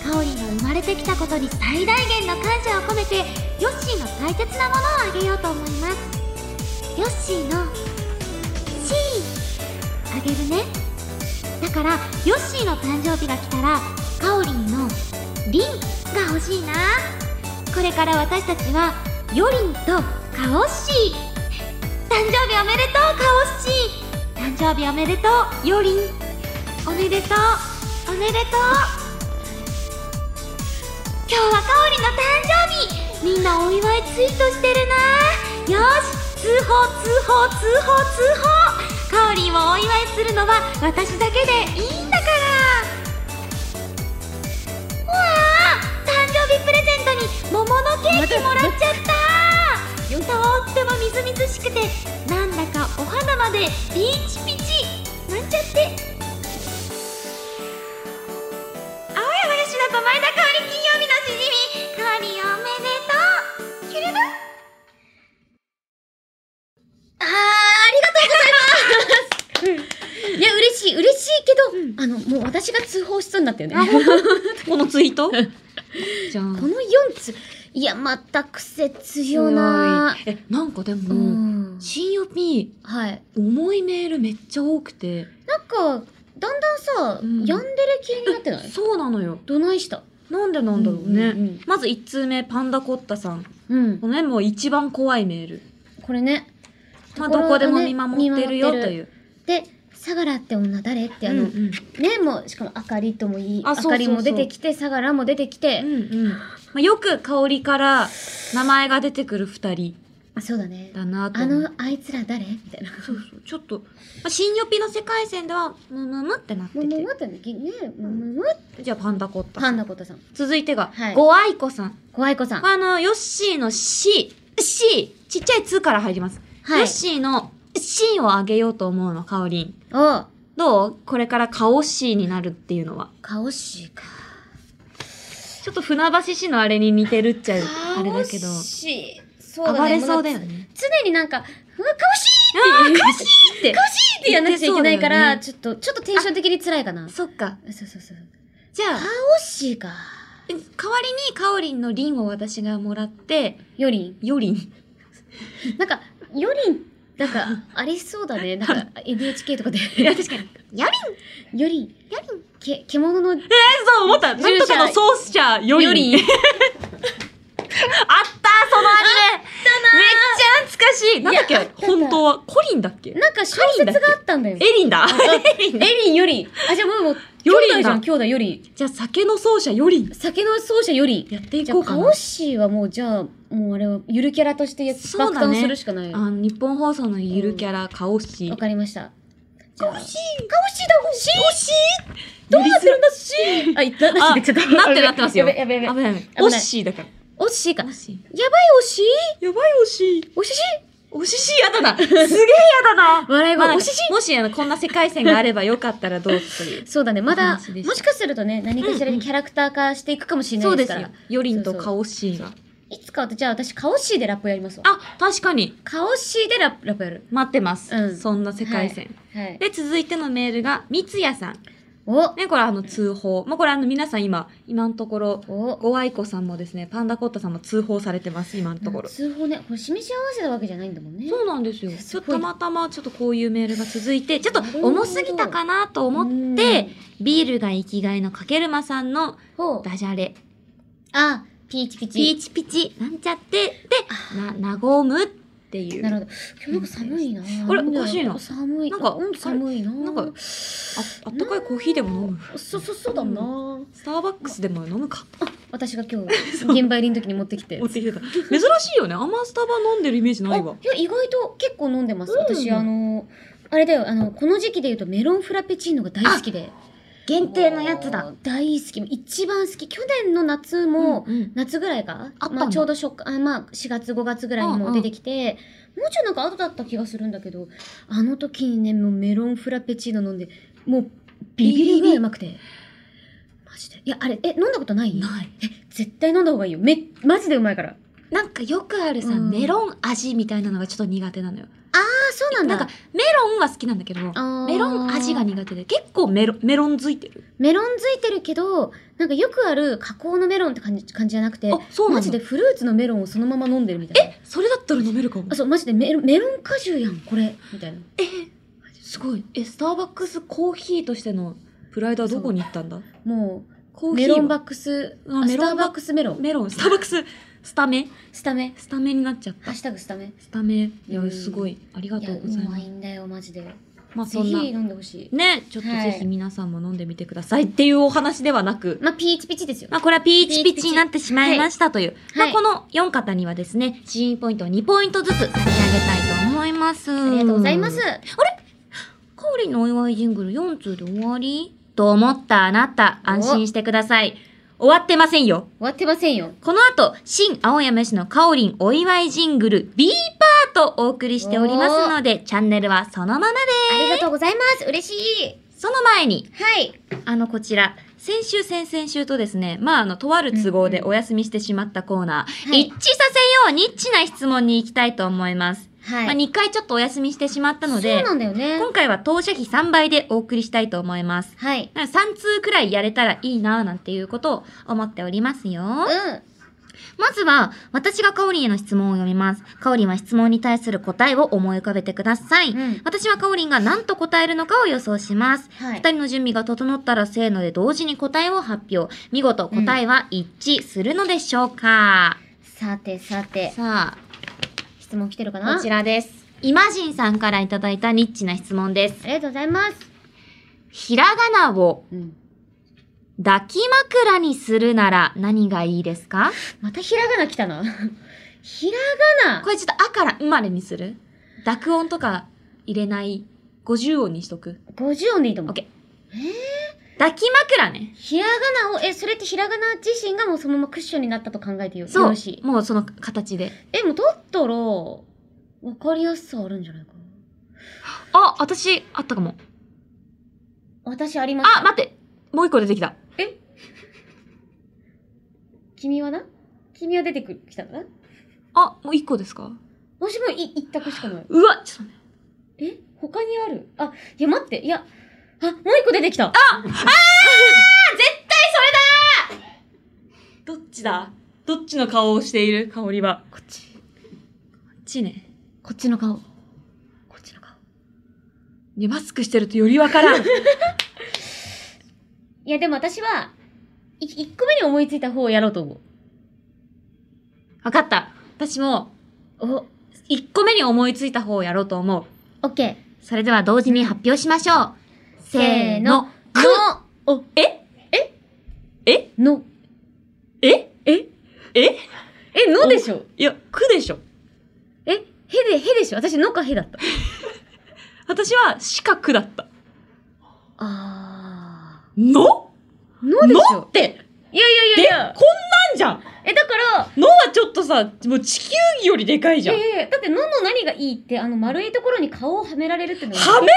Speaker 5: うかおりんが生まれてきたことに最大限の感謝を込めてヨッシーの大切なものをあげようと思いますヨッシーの「シー」あげるねだからヨッシーの誕生日が来たらかおりんの「リン」が欲しいなこれから私たちはヨリンとカオッシー誕生日おめでとうカオッシー誕生日おめでとうヨリンおめでとうおめでとう今日はかおりの誕生日みんなお祝いツイートしてるなよし通報通報通報通報かおりんをお祝いするのは私だけでいいんだからわあ誕生日プレゼントに桃のケーキもらっちゃったとってもみずみずしくてなんだかお肌までピーチピチなんちゃって青山佳乃と前田香織金曜日のしじみかおりんおめでとうキュルル
Speaker 2: と。あー、ありがとうございます。いや、嬉しい、嬉しいけど、あの、もう私が通報しそうになったよね。
Speaker 1: このツイー トじゃあ
Speaker 2: この4つ、いや、また癖強な
Speaker 1: 強いえなんかで
Speaker 2: う
Speaker 1: も、
Speaker 2: ん。
Speaker 1: 新予 P
Speaker 2: はい。
Speaker 1: 重いメールめっちゃ多くて
Speaker 2: なんか、だんだんさ、
Speaker 1: うん
Speaker 2: ヤンデレ系になってない
Speaker 1: そうなのよ
Speaker 2: どないした
Speaker 1: なんでなんだろうね、
Speaker 2: うんうんうん
Speaker 1: まず1通目パンダコッタさん
Speaker 2: うん
Speaker 1: こ。のねもう一番怖いメール、
Speaker 2: これね。
Speaker 1: まあ、
Speaker 2: と
Speaker 1: ど
Speaker 2: ころ
Speaker 1: こ
Speaker 2: が
Speaker 1: でも
Speaker 2: ね
Speaker 1: 見守ってるよという
Speaker 2: で、相良って女誰って、あ
Speaker 1: うんう
Speaker 2: の、
Speaker 1: ん
Speaker 2: ねもうしかも明かりともいい
Speaker 1: あ
Speaker 2: 明
Speaker 1: そうそうそう
Speaker 2: かりも出てきて相良も出てきて、
Speaker 1: うんうんまあ、よく香りから名前が出てくる2人
Speaker 2: あそうだね
Speaker 1: だなと
Speaker 2: あ
Speaker 1: 思う
Speaker 2: のあいつら誰みたいな
Speaker 1: そうそうちょっと、まあ、新予備の世界線ではムムムってなって
Speaker 2: もうもう
Speaker 1: て
Speaker 2: 待ってねぎねもうもうもう
Speaker 1: じゃあパンダコッタ
Speaker 2: パンダコタさん
Speaker 1: 続いてが、
Speaker 2: はい
Speaker 1: ご愛子さん
Speaker 2: ご愛子さん
Speaker 1: あのヨッシーの「し」「し」ちっちゃい「つ」から入ります、
Speaker 2: は
Speaker 1: ヨ
Speaker 2: い
Speaker 1: ッシーの「し」をあげようと思うのかおりん
Speaker 2: お
Speaker 1: どうこれからカオシーになるっていうのは。
Speaker 2: カオシーか
Speaker 1: ちょっと船橋市のあれに似てるっちゃう、あれだけど。
Speaker 2: カオシーそうだね
Speaker 1: 暴れそうだよ
Speaker 2: も
Speaker 1: ね。
Speaker 2: つ常になんかうわカオシ
Speaker 1: あ
Speaker 2: ーカオシーってカオシーってやんなくちゃいけないか
Speaker 1: 言
Speaker 2: ら、
Speaker 1: っ
Speaker 2: ちょっとちょっとテンション的に辛いかな
Speaker 1: ー
Speaker 2: そ
Speaker 1: そっか。
Speaker 2: うそうそう
Speaker 1: じゃ
Speaker 2: カ
Speaker 1: あ、
Speaker 2: オシーか
Speaker 1: 代わりにカオリンのリンを私がもらって、
Speaker 2: よりん
Speaker 1: ヨリン。
Speaker 2: なんか、よりん、なんか、ありそうだ ね。なんか、NHK とかで。いや、確かに。よりんよりん。よりん。け、獣の、よ
Speaker 1: えー、そう思った。なんとかのソース者、ヨリン。
Speaker 2: りん。
Speaker 1: あったそのアニメめっちゃ懐かしいなんだっ
Speaker 2: いやあっ
Speaker 1: け
Speaker 2: た
Speaker 1: 本当は、コリンだっけ
Speaker 2: なんか小説があったんだよ
Speaker 1: エ。リンだエリン
Speaker 2: エ
Speaker 1: だ
Speaker 2: リン、よりん。あ、じゃあもう、もう、兄
Speaker 1: よりんだ
Speaker 2: 弟じゃん、兄弟、よりん。
Speaker 1: じゃあ、酒の奏者、ヨリン。
Speaker 2: 酒の奏者よりん。
Speaker 1: やってい
Speaker 2: じゃ
Speaker 1: こ
Speaker 2: あ、
Speaker 1: うか
Speaker 2: カ
Speaker 1: な
Speaker 2: オ。シーはもう、じゃあ、もうあれは、ゆるキャラとしてや
Speaker 1: そう
Speaker 2: 爆
Speaker 1: だね
Speaker 2: 誕するしかない。わ
Speaker 1: あの、日本放送のゆるキャラ、カオシー。
Speaker 2: かりました。カオシーカオシーだほしし
Speaker 1: どうなってるんだ
Speaker 2: ーあ、いった、な
Speaker 1: あ、
Speaker 2: っ
Speaker 1: な
Speaker 2: て
Speaker 1: って
Speaker 2: きちゃ
Speaker 1: る
Speaker 2: った。
Speaker 1: なってますよ。
Speaker 2: やべやべやべ
Speaker 1: 危ない危ない。
Speaker 2: ない
Speaker 1: オッシーだから。
Speaker 2: おっしーか。やばいおし
Speaker 1: やばいオッシー。
Speaker 2: ーおしし
Speaker 1: オッシーや だな。すげえやだな。
Speaker 2: 笑い
Speaker 1: まあ
Speaker 2: 声、
Speaker 1: なん
Speaker 2: お
Speaker 1: か
Speaker 2: しし。
Speaker 1: もし、あの、こんな世界線があればよかったらどうという
Speaker 2: そうだね、ま
Speaker 1: お
Speaker 2: だ、も
Speaker 1: 話でした
Speaker 2: しかするとね、何かしら
Speaker 1: うんう
Speaker 2: に
Speaker 1: ん
Speaker 2: キャラクター化していくかもしれな
Speaker 1: そう
Speaker 2: いで
Speaker 1: ですす
Speaker 2: から。
Speaker 1: よ。ヨリンとカオッシーが。
Speaker 2: いつか私、じゃあ私、カオッシーでラップやりますわ。
Speaker 1: あ、確かに。
Speaker 2: カオッシーでラップラップやる。
Speaker 1: 待ってます。
Speaker 2: うん
Speaker 1: そんな世界線。
Speaker 2: はい。
Speaker 1: で、続いてのメールが、三ツ矢さん。
Speaker 2: お
Speaker 1: ね、これあの、通報。まあ、これあの、皆さん今、今のところ、
Speaker 2: お
Speaker 1: ご愛子さんもですね、パンダコッタさんも通報されてます、今のところ。
Speaker 2: 通報ね、これ示し合わせたわけじゃないんだもんね。
Speaker 1: そうなんですよ。ち
Speaker 2: す
Speaker 1: ょっ
Speaker 2: ごい
Speaker 1: とたまたまちょっとこういうメールが続いて、ちょっと
Speaker 2: なるほど
Speaker 1: 重すぎたかなと思っ
Speaker 2: う
Speaker 1: て
Speaker 2: ん、、
Speaker 1: ビールが生きがいのかけるまさんの
Speaker 2: ほう。
Speaker 1: ダジャレ、
Speaker 2: あ、ピーチピ
Speaker 1: ピ
Speaker 2: チ。
Speaker 1: ーチピチ、なんちゃって、で、な、なごむっっていう
Speaker 2: なるほど。今日なんか寒いな。
Speaker 1: あれおかしいな
Speaker 2: なんか寒い。
Speaker 1: なんか
Speaker 2: うん寒いな。
Speaker 1: なんかああったかいコーヒーでも飲む
Speaker 2: そそそうだな。
Speaker 1: スターバックスでも飲むか
Speaker 2: 私が今 日現場入りの時に持ってきて。
Speaker 1: 持ってきてた珍しいよねあんまスタバ飲んでるイメージ
Speaker 2: あ
Speaker 1: ないいわ
Speaker 2: や意外と結構飲んでます。
Speaker 1: うん
Speaker 2: 私あのあれだよあのこの時期で言うとメロンフラペチーノが大好きで。
Speaker 5: 限定のやつだ。。
Speaker 2: 大好き。一番好き。去年の夏も、
Speaker 1: うん
Speaker 2: 夏ぐらいか
Speaker 1: あったんだ
Speaker 2: まあ、ちょうどしょあ、まあ、4月5月ぐらいにもう出てきて、もうちょいなんか後だった気がするんだけどあの時にねもうメロンフラペチーノ飲んでもうビビるぐらいうまくてマジでいやあれえ飲んだことない
Speaker 1: ない
Speaker 2: え絶対飲んだ方がいいよめマジでうまいからあ
Speaker 3: なんかよくあるさ、
Speaker 2: うん
Speaker 3: メロン味みたいなのがちょっと苦手なのよ。
Speaker 2: そうなん
Speaker 3: な
Speaker 2: だ
Speaker 3: んかメロンは好きなんだけど、
Speaker 2: あー
Speaker 3: メロン味が苦手で、結構メロンメロンづいてる。
Speaker 2: メロン付いてるけどなんかよくある加工のメロンって感じ感じじゃなくて
Speaker 1: あそうな
Speaker 2: マ
Speaker 1: ん
Speaker 2: ジ
Speaker 1: だ
Speaker 2: でフルーツのメロンをそのまま飲んでるみたいなえ
Speaker 1: それだったら飲めるかも
Speaker 2: あそうマジでメロンメロン果汁やんこれみたいな
Speaker 1: すごいえスターバックスコーヒーとしてのプライドはどこに行ったんだ
Speaker 2: もう
Speaker 1: コーヒ
Speaker 2: メ
Speaker 1: ーは
Speaker 2: ロンバックス、
Speaker 1: あ
Speaker 2: あ
Speaker 1: メ
Speaker 2: スタ
Speaker 1: ロン
Speaker 2: ー
Speaker 1: バッ
Speaker 2: バッ
Speaker 1: ク
Speaker 2: クスメロン。
Speaker 1: メロンスターバックススタメ
Speaker 2: スタメ。
Speaker 1: スタメになっちゃった
Speaker 2: ハッシュタグスタメ。い
Speaker 1: スタメいや
Speaker 2: うん
Speaker 1: すごいありが
Speaker 2: や、
Speaker 1: とう
Speaker 2: う
Speaker 1: ございま
Speaker 2: ますいんだよ、マジで。
Speaker 1: まあ
Speaker 2: ぜ
Speaker 1: そん
Speaker 2: ひ
Speaker 1: な
Speaker 2: 飲んでほしい。
Speaker 1: ねちょっと
Speaker 2: はい
Speaker 1: ぜひ皆さんも飲んでみてくださいっていうお話ではなく
Speaker 2: まあ、ピーチピチですよ。
Speaker 1: まあこれはピーチピチになってしまいましたという、
Speaker 2: はいはい
Speaker 1: まあこの4方にはですね、シーンポイントを2ポイントずつ差し上げたいと思います。
Speaker 2: ありがとうございます。
Speaker 1: カオリのお祝いジングル4通で終わりと思ったあなた、安心してください。終わってませんよ。
Speaker 2: 終わってませんよ。
Speaker 1: この後、新青山市のカオリンお祝いジングル B パートをお送りしておりますので、チャンネルはそのままで
Speaker 2: ありがとうございます。嬉しい。
Speaker 1: その前に、
Speaker 2: はい。
Speaker 1: あの、こちら、先週、先々週とですね、まあ、あの、とある都合でお休みしてしまったコーナー、
Speaker 2: はい
Speaker 1: 一致させようニッチな質問に行きたいと思います。ま
Speaker 2: は
Speaker 1: あ、
Speaker 2: い。
Speaker 1: 2回ちょっとお休みしてしまったの
Speaker 2: そう
Speaker 1: で、
Speaker 2: なんだよね。
Speaker 1: 今回は当社費3倍でお送りしたいと思います。
Speaker 2: はい。
Speaker 1: 3通くらいやれたらいいなぁなんていうことを思っておりますよ。
Speaker 2: うん。
Speaker 1: まずは、私がカオリンへの質問を読みます。カオリンは質問に対する答えを思い浮かべてください。
Speaker 2: うん
Speaker 1: 私はカオリンが何と答えるのかを予想します。
Speaker 2: は
Speaker 1: 二
Speaker 2: い。
Speaker 1: 人の準備が整ったらせーので同時に答えを発表。見事答えは一致するのでしょうか、
Speaker 2: さてさて、
Speaker 1: さ
Speaker 2: 質問来てるか
Speaker 1: あ、
Speaker 2: な
Speaker 1: こちらです。イマジンさんからいただいたニッチな質問です。
Speaker 2: ありがとうございます。
Speaker 1: ひらがなを
Speaker 2: うん。
Speaker 1: 抱き枕にするなら何がいいですか
Speaker 2: またひらがな来たな。 ひらがな。
Speaker 1: これちょっとあから生まれにする濁音とか入れない50音にしとく。
Speaker 2: 50音でいいと思
Speaker 1: オッ
Speaker 2: う。
Speaker 1: ケー。抱き枕ね。
Speaker 2: ひらがなを、え、それってひらがな自身がもうそのままクッションになったと考えてよよ
Speaker 1: そ
Speaker 2: ろ
Speaker 1: う
Speaker 2: しい。。
Speaker 1: もうその形で。
Speaker 2: え、もうだったら、わかりやすさあるんじゃないかな。
Speaker 1: あ、私、あったかも。
Speaker 2: 私あります。
Speaker 1: あ、待って。もう一個出てきた。
Speaker 2: 君はな君は出てくる、来たのな
Speaker 1: あ、もう一個ですか
Speaker 2: もしもい一択しかない。
Speaker 1: うわ、ちょっと待って。
Speaker 2: え他にあるあ、いや待って、いや、あ、もう一個出てきたあ
Speaker 1: どっちだどっちの顔をしている香りは。こっち。こっちね。
Speaker 2: こっちの顔。こっちの顔。
Speaker 1: いや、マスクしてるとよりわから ん。
Speaker 2: いやでも私は、い一個目に思いついた方をやろうと思う。
Speaker 1: わかった。私も、
Speaker 2: お、
Speaker 1: 一個目に思いついた方をやろうと思う。
Speaker 2: オッケー。
Speaker 1: それでは同時に発表しましょう。せーの。
Speaker 2: くお、
Speaker 1: ええ
Speaker 2: の。
Speaker 1: えええ
Speaker 2: え、のでしょ
Speaker 1: いや、くでしょ。
Speaker 2: え、へで、へでしょ私、のかへだった。
Speaker 1: 私は、しかくだった。
Speaker 2: あ
Speaker 1: の
Speaker 2: ー。のでしょ
Speaker 1: って
Speaker 2: いやいや
Speaker 1: で、
Speaker 2: い
Speaker 1: こん
Speaker 2: や
Speaker 1: な
Speaker 2: い
Speaker 1: ん
Speaker 2: や。
Speaker 1: じゃん
Speaker 2: え、だから、
Speaker 1: のはちょっとさ、もう地球儀よりでかいじゃん。
Speaker 2: いやいやいやだってのの何がいいってあの丸いところに顔をはめられるってのが
Speaker 1: はめ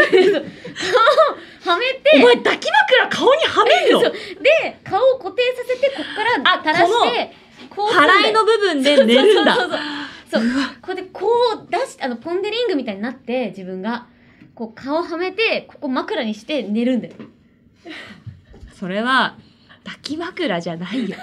Speaker 2: はめ
Speaker 1: お
Speaker 2: て
Speaker 1: 前抱き枕顔にはめんの
Speaker 2: そうで顔を固定させてこっから
Speaker 1: あ
Speaker 2: 垂らしてこうすんだよ
Speaker 1: 払いの部分で寝るんだ。
Speaker 2: そうそうそうそうそうこうでこう出してあのポンデリングみたいになって自分がこう顔はめてここ枕にして寝るんだよ
Speaker 1: それは、抱き枕じゃない よ。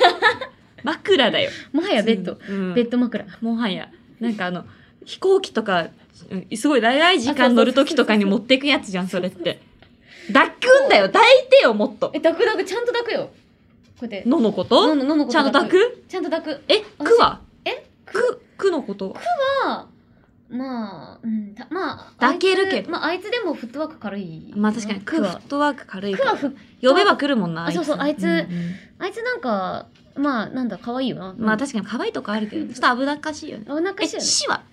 Speaker 1: 枕だよ。
Speaker 2: もはやベッド、
Speaker 1: うん
Speaker 2: ベッド枕
Speaker 1: もはや。なんかあの、飛行機とか、うんすごい長い時間乗る時とかに持ってくやつじゃん、それって。抱くんだよ抱いてよ、もっと
Speaker 2: え。抱く抱くちゃんと抱くよこうやって
Speaker 1: ののこと
Speaker 2: のののの
Speaker 1: ちゃんと抱く
Speaker 2: ちゃんと抱く
Speaker 1: え、くは
Speaker 2: え
Speaker 1: く、くのこと
Speaker 2: まあまあ、うん、たまあ、
Speaker 1: 抱けるけど
Speaker 2: あいつまあ、あいつでもフットワーク軽い。
Speaker 1: まあ確かに、
Speaker 2: ク
Speaker 1: クフ
Speaker 2: は
Speaker 1: ッ。トワーク軽い
Speaker 2: ク
Speaker 1: から。
Speaker 2: はふ、
Speaker 1: 呼べば来るもんな。
Speaker 2: あそうそうあいつ
Speaker 1: んん
Speaker 2: あいつなんか、まあ、なんだ、可愛いよな。
Speaker 1: まあ確かに可愛いとこあるけど、 ちょっと危なっかしいよね。
Speaker 2: あ、なんか
Speaker 1: え、
Speaker 2: しいよね
Speaker 1: 死は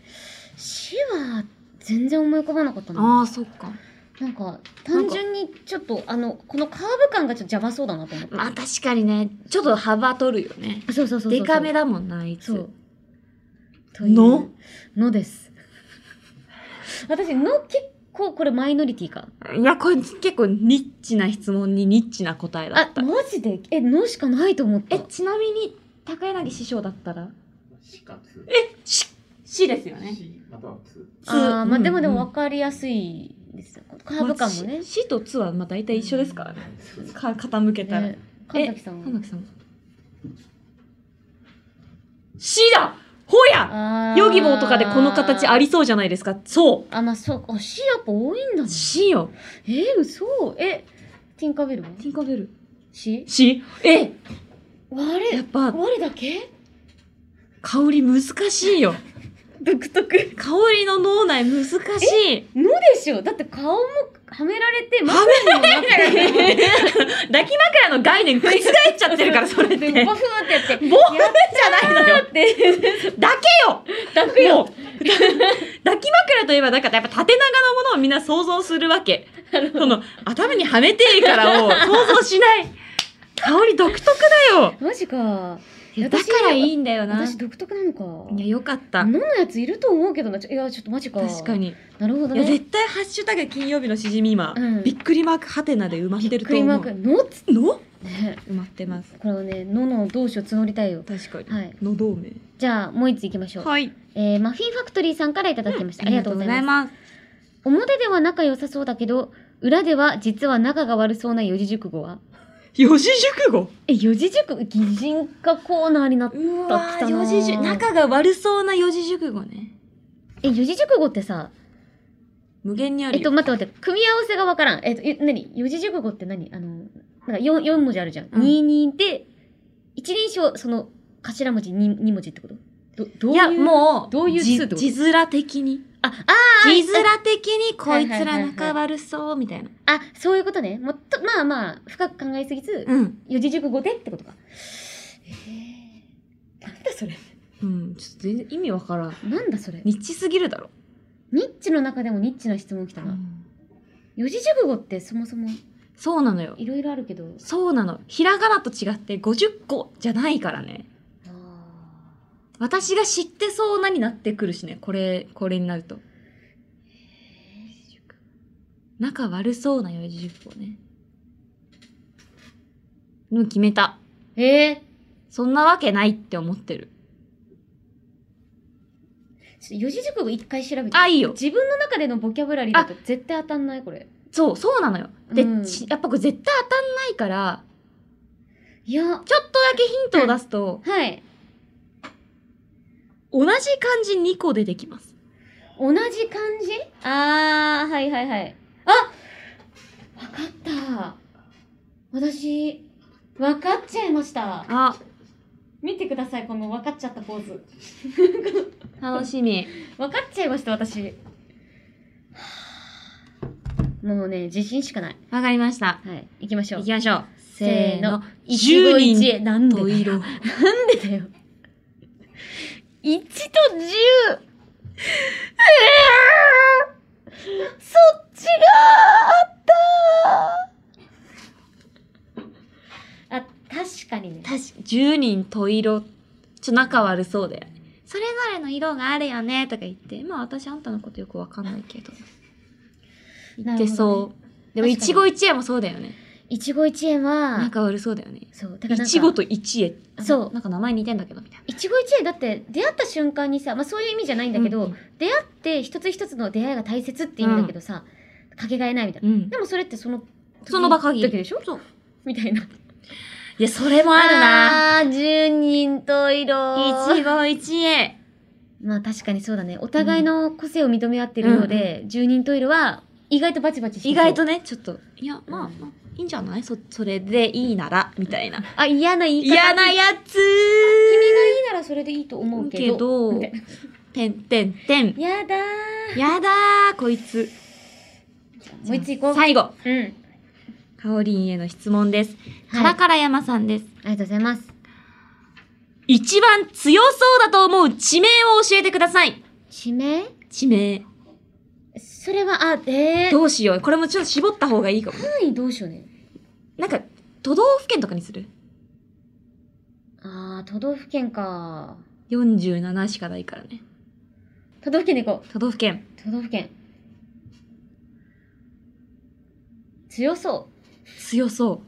Speaker 2: 死は全然思い浮かばなかった
Speaker 1: あ
Speaker 2: な。
Speaker 1: あ、そっか。
Speaker 2: なんか、単純にちょっと、あの、このカーブ感がちょっと邪魔そうだなと思って。
Speaker 1: まあ確かにね、ちょっと幅取るよね。
Speaker 2: そうそうそうそう。
Speaker 1: デカめだもんな、あいつ。
Speaker 2: そう。という
Speaker 1: の
Speaker 2: のです。私、の結構これマイノリティか。
Speaker 1: いや、これ結構ニッチな質問にニッチな答えだ
Speaker 2: あ
Speaker 1: っ、た。
Speaker 2: マジでえ、のしかないと思った。
Speaker 1: え、ちなみに、高柳師匠だったら
Speaker 6: 死かつ。
Speaker 1: し、しですよね。
Speaker 6: 死またはつ。
Speaker 2: あーまあでもでも分
Speaker 1: か
Speaker 2: かりやすいですよ。カーブ感もね。
Speaker 1: しとつはまあ大体一緒ですからね。か傾けたら。
Speaker 2: ね神崎さん
Speaker 1: 神
Speaker 2: は。
Speaker 1: 崎さん。しだほや
Speaker 2: あー
Speaker 1: ヨギボーとかでこの形ありそうじゃないですか。そ
Speaker 2: あ、まあそうか。C やっぱ多いんだ
Speaker 1: う。
Speaker 2: ね。
Speaker 1: しよ。
Speaker 2: えー、嘘え、ティンカーベルは
Speaker 1: ティンカーベル。
Speaker 2: ?C?
Speaker 1: しえ
Speaker 2: 我
Speaker 1: やっぱ、
Speaker 2: 我だけ
Speaker 1: 香り難しいよ。
Speaker 2: 独特。
Speaker 1: 香りの脳内難しい。
Speaker 2: のでしょだって顔もはめられて、マフラーにもなってるから。
Speaker 1: 抱き枕の概念覆っちゃってるから、それって。
Speaker 2: ボフーってやって。
Speaker 1: ボーじゃないのよ。
Speaker 2: だって、
Speaker 1: 抱けよ
Speaker 2: 抱くよ
Speaker 1: もう抱き枕といえば、だからやっぱ縦長のものをみんな想像するわけ。その、頭にはめてえからを想像しない。香り独特だよ。
Speaker 2: マジか。
Speaker 1: だからいいんだよな。い
Speaker 2: 私独特なのか。
Speaker 1: や、よかった。
Speaker 2: ののやついると思うけどな。ちょいや、ちょっとマジか。
Speaker 1: 確か。に。
Speaker 2: なるほど
Speaker 1: いや、
Speaker 2: ね。
Speaker 1: 絶対ハッシュタグ金曜日のしじみ今、
Speaker 2: うん
Speaker 1: びっくりマークハテナで埋まってる
Speaker 2: ク
Speaker 1: と
Speaker 2: リ
Speaker 1: 思
Speaker 2: ー
Speaker 1: う。
Speaker 2: マーク、のっつ
Speaker 1: の
Speaker 2: ね。
Speaker 1: 埋まってます。
Speaker 2: これをね、のの同志を募りたいよ。
Speaker 1: 確かに。
Speaker 2: はい
Speaker 1: の同盟。
Speaker 2: じゃあ、もう一ついきましょう。
Speaker 1: はい。
Speaker 2: えー、マフィンファクトリーさんからいただきました。ありがとうございます。
Speaker 1: ます。
Speaker 2: 表では仲良さそうだけど、裏では実は仲が悪そうな四字熟語は
Speaker 1: 四字熟語
Speaker 2: え、四字熟語擬人化コーナーになった。
Speaker 1: う
Speaker 2: わー
Speaker 1: 四字熟仲が悪そうな四字熟語ね。
Speaker 2: え、四字熟語ってさ、
Speaker 1: 無限にある
Speaker 2: え
Speaker 1: よ。
Speaker 2: っと、待って待って、組み合わせがわからん。えっと、え何四字熟語って何あの、なんか 4, 四文字あるじゃん。
Speaker 1: うん
Speaker 2: 二二で、一人称、その、頭文字二二文字ってことど、どういう
Speaker 1: いや、もう、
Speaker 2: どういう
Speaker 1: じ
Speaker 2: 数ってこと
Speaker 1: 字面的に。
Speaker 2: あ、あー
Speaker 1: 字面的にこいつ
Speaker 2: はいはいはい
Speaker 1: ら
Speaker 2: はい
Speaker 1: 仲悪そう、みたいな。
Speaker 2: あ、そういうことね。もっと、まあまあ、深く考えすぎず、
Speaker 1: うん。
Speaker 2: 四字熟語でってことか。えー、なんだそれ。
Speaker 1: うん。ちょっと全然意味わからん。
Speaker 2: なんだそれ。
Speaker 1: ニッチすぎるだろ。
Speaker 2: ニッチの中でもニッチな質問来たな。四字熟語ってそもそも
Speaker 1: そうなのよ。
Speaker 2: いろいろあるけど。
Speaker 1: そうなの。ひらがなと違って50個じゃないからね。
Speaker 2: あ
Speaker 1: 私が知ってそうなになってくるしね。これ、これになると。仲悪そうな四字熟語ね。でも決めた。
Speaker 2: ーえ
Speaker 1: そんなわけないって思ってる。
Speaker 2: ー、ちょっと四字熟語一回調べて。
Speaker 1: あ、いいよ。
Speaker 2: 自分の中でのボキャブラリーだと絶対当たんないこれ
Speaker 1: そう、そうなのよ。で、
Speaker 2: うん
Speaker 1: ちやっぱこれ絶対当たんないから、
Speaker 2: いや
Speaker 1: ちょっとだけヒントを出すと、
Speaker 2: はい
Speaker 1: 同じ漢字2個出てきます。
Speaker 2: 同じ漢字あーはいはいはいあわかった私わかっちゃいました
Speaker 1: あ、
Speaker 2: 見てくださいこのわかっちゃったポーズ
Speaker 1: 楽しみ。
Speaker 2: わかっちゃいました私はあもうね自信しかない
Speaker 1: わかりました。
Speaker 2: はい行きましょう
Speaker 1: 行きましょう。
Speaker 2: せーの
Speaker 1: 10
Speaker 2: 一期一
Speaker 1: 人
Speaker 2: 会なんで
Speaker 1: と
Speaker 2: だよ
Speaker 1: 色。
Speaker 2: なんでだよ1と10そっちがあったあ確かにね
Speaker 1: 確か10人と色ちょ仲悪そうでそれぞれの色があるよねとか言ってまあ私あんたのことよくわかんないけど言ってそう、でも
Speaker 2: 確
Speaker 1: 一
Speaker 2: か
Speaker 1: 期一会もそうだよね
Speaker 2: 一期一会は
Speaker 1: 仲悪そうだよね
Speaker 2: そうだからなん
Speaker 1: 一期
Speaker 2: か
Speaker 1: と一会
Speaker 2: そう
Speaker 1: なんか名前似てんだけどみたいな
Speaker 2: 一期一会だって出会った瞬間にさ、まあ、そういう意味じゃないんだけど、
Speaker 1: うん
Speaker 2: 出会って一つ一つの出会いが大切って意味だけどさ、かけがえないみたいな、
Speaker 1: うん
Speaker 2: でもそれってその
Speaker 1: その場限り
Speaker 2: 時でしょそうみたいない
Speaker 1: やそれもあるな
Speaker 2: あー十人と色
Speaker 1: 一期一会
Speaker 2: まあ確かにそうだねお互いの個性を認め合っているようで、十人十色は意外とバチバチして
Speaker 1: 意外
Speaker 2: そう
Speaker 1: とねちょっといやまあまあいいんじゃないそそれでいいならみたいな
Speaker 2: あ嫌な言い方
Speaker 1: 嫌なやつ
Speaker 2: 君がいいならそれでいいと思うけど
Speaker 1: けど
Speaker 2: みたいな
Speaker 1: てんてんてん。
Speaker 2: やだ
Speaker 1: やだー、こいつ。
Speaker 2: ー。もう一つ行こう。
Speaker 1: 最後、
Speaker 2: うん。あり
Speaker 1: かおりんへの質問です。
Speaker 2: はい
Speaker 1: カラカラ山さんです。
Speaker 2: がとうございます。
Speaker 1: 一番強そうだと思う地名を教えてください。
Speaker 2: 地名
Speaker 1: 地名。
Speaker 2: それは、あ、えー、
Speaker 1: どうしよう。これもちょっと絞った方がいいかも。
Speaker 2: 範囲どうしようね。
Speaker 1: なんか、都道府県とかにする
Speaker 2: あー、都道府県か。
Speaker 1: ?47 しかないからね。
Speaker 2: 都道府県で行こ
Speaker 1: 都道府県。
Speaker 2: う。都道府県。強そ
Speaker 1: 強そう。
Speaker 2: う。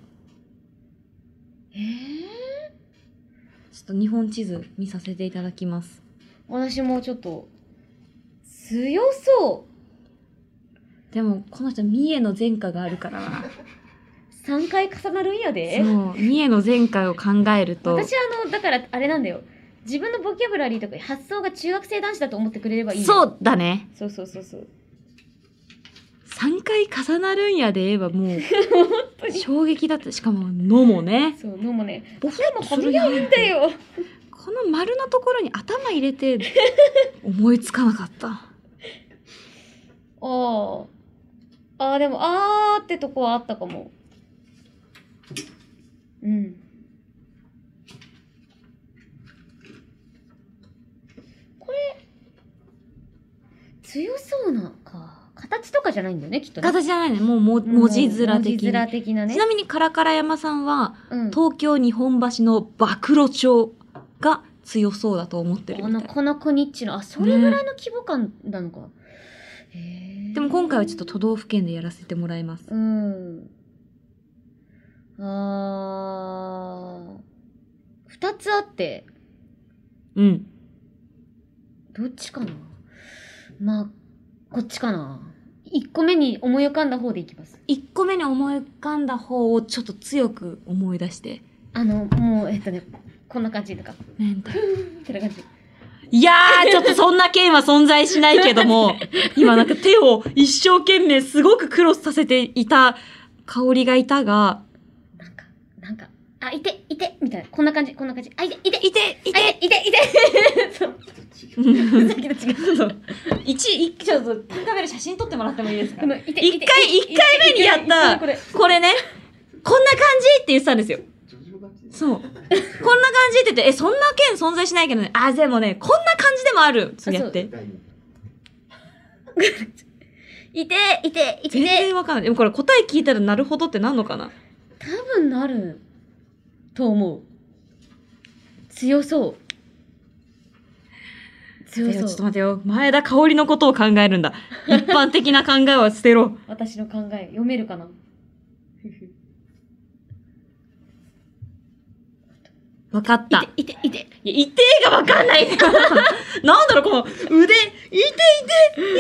Speaker 2: えー、
Speaker 1: ちょっと日本地図見させていただきます。
Speaker 2: 私もちょっと、強そう。
Speaker 1: でも、この人、三重の前科があるから。
Speaker 2: 3回重なるんやで。
Speaker 1: そう。三重の前科を考えると。
Speaker 2: 私あのだからあれなんだよ自分のボキャブラリーとか発想が中学生男子だと思ってくれればいいの
Speaker 1: そうだね。
Speaker 2: そうそうそうそう
Speaker 1: 3回重なるんやで言えば もう衝撃だったしかも「の」もね
Speaker 2: そうのもね
Speaker 1: ボ
Speaker 2: ボ
Speaker 1: キ
Speaker 2: キ
Speaker 1: ャ
Speaker 2: ャ
Speaker 1: も
Speaker 2: も
Speaker 1: この
Speaker 2: この
Speaker 1: よ
Speaker 2: よ
Speaker 1: う
Speaker 2: う
Speaker 1: に
Speaker 2: だよ
Speaker 1: この丸のところに頭入れて思いつかなかった
Speaker 2: あああーでもあーってとこはあったかもうんこれ強そうなか形とかじゃないんだよねきっとね
Speaker 1: 形じゃないねもうも文字面的
Speaker 2: 文字
Speaker 1: に、
Speaker 2: 面的なね
Speaker 1: ちなみにカラカラ山さんは
Speaker 2: うん
Speaker 1: 東京日本橋の暴露町が強そうだと思ってる
Speaker 2: あ
Speaker 1: み
Speaker 2: の
Speaker 1: たい
Speaker 2: この子ニッチのあそれぐらいの規模感なのか、へえ
Speaker 1: でも今回はちょっと都道府県でやらせてもらいます
Speaker 2: うんあー二つあって
Speaker 1: うん
Speaker 2: どっちかなまあこっちかな一個目に思い浮かんだ方でいきます
Speaker 1: 1個目に思い浮かんだ方をちょっと強く思い出して
Speaker 2: あのもうえっとねこんな感じとか
Speaker 1: メンタル
Speaker 2: こんな感じ
Speaker 1: いやー、ちょっとそんな件は存在しないけど も、今なんか手を一生懸命すごく苦労させていた香りがいたが、
Speaker 2: なんかなんかあいていてみたいなこんな感じこんな感じあいていて
Speaker 1: いて、い
Speaker 2: あ
Speaker 1: て、
Speaker 2: いていていてそうさっきと違う
Speaker 1: 一、一、ちょっと、カメラ写真撮ってもらってもいいです
Speaker 2: このいて
Speaker 1: 一
Speaker 2: いて
Speaker 1: 回、一回目にやった
Speaker 2: こ、れ
Speaker 1: これね、こんな感じって言ってたんですよ。そう。こんな感じって言って、え、そんな件存在しないけどね、あ、でもね、こんな感じでもある。そうやって。
Speaker 2: いていてい
Speaker 1: 全
Speaker 2: て
Speaker 1: 然わかんない。でもこれ答え聞いたらなるほどってなんのかな
Speaker 2: 多分なると思う強そう強
Speaker 1: いやちょっと
Speaker 2: そう
Speaker 1: 待てよ。前田香織のことを考え るんだ。一般的な考えは捨てろ。
Speaker 2: 私の考え読めるかな
Speaker 1: わかった。
Speaker 2: いていて
Speaker 1: いや、いてえがわかんないね なんだろう、この腕。いていて、いて、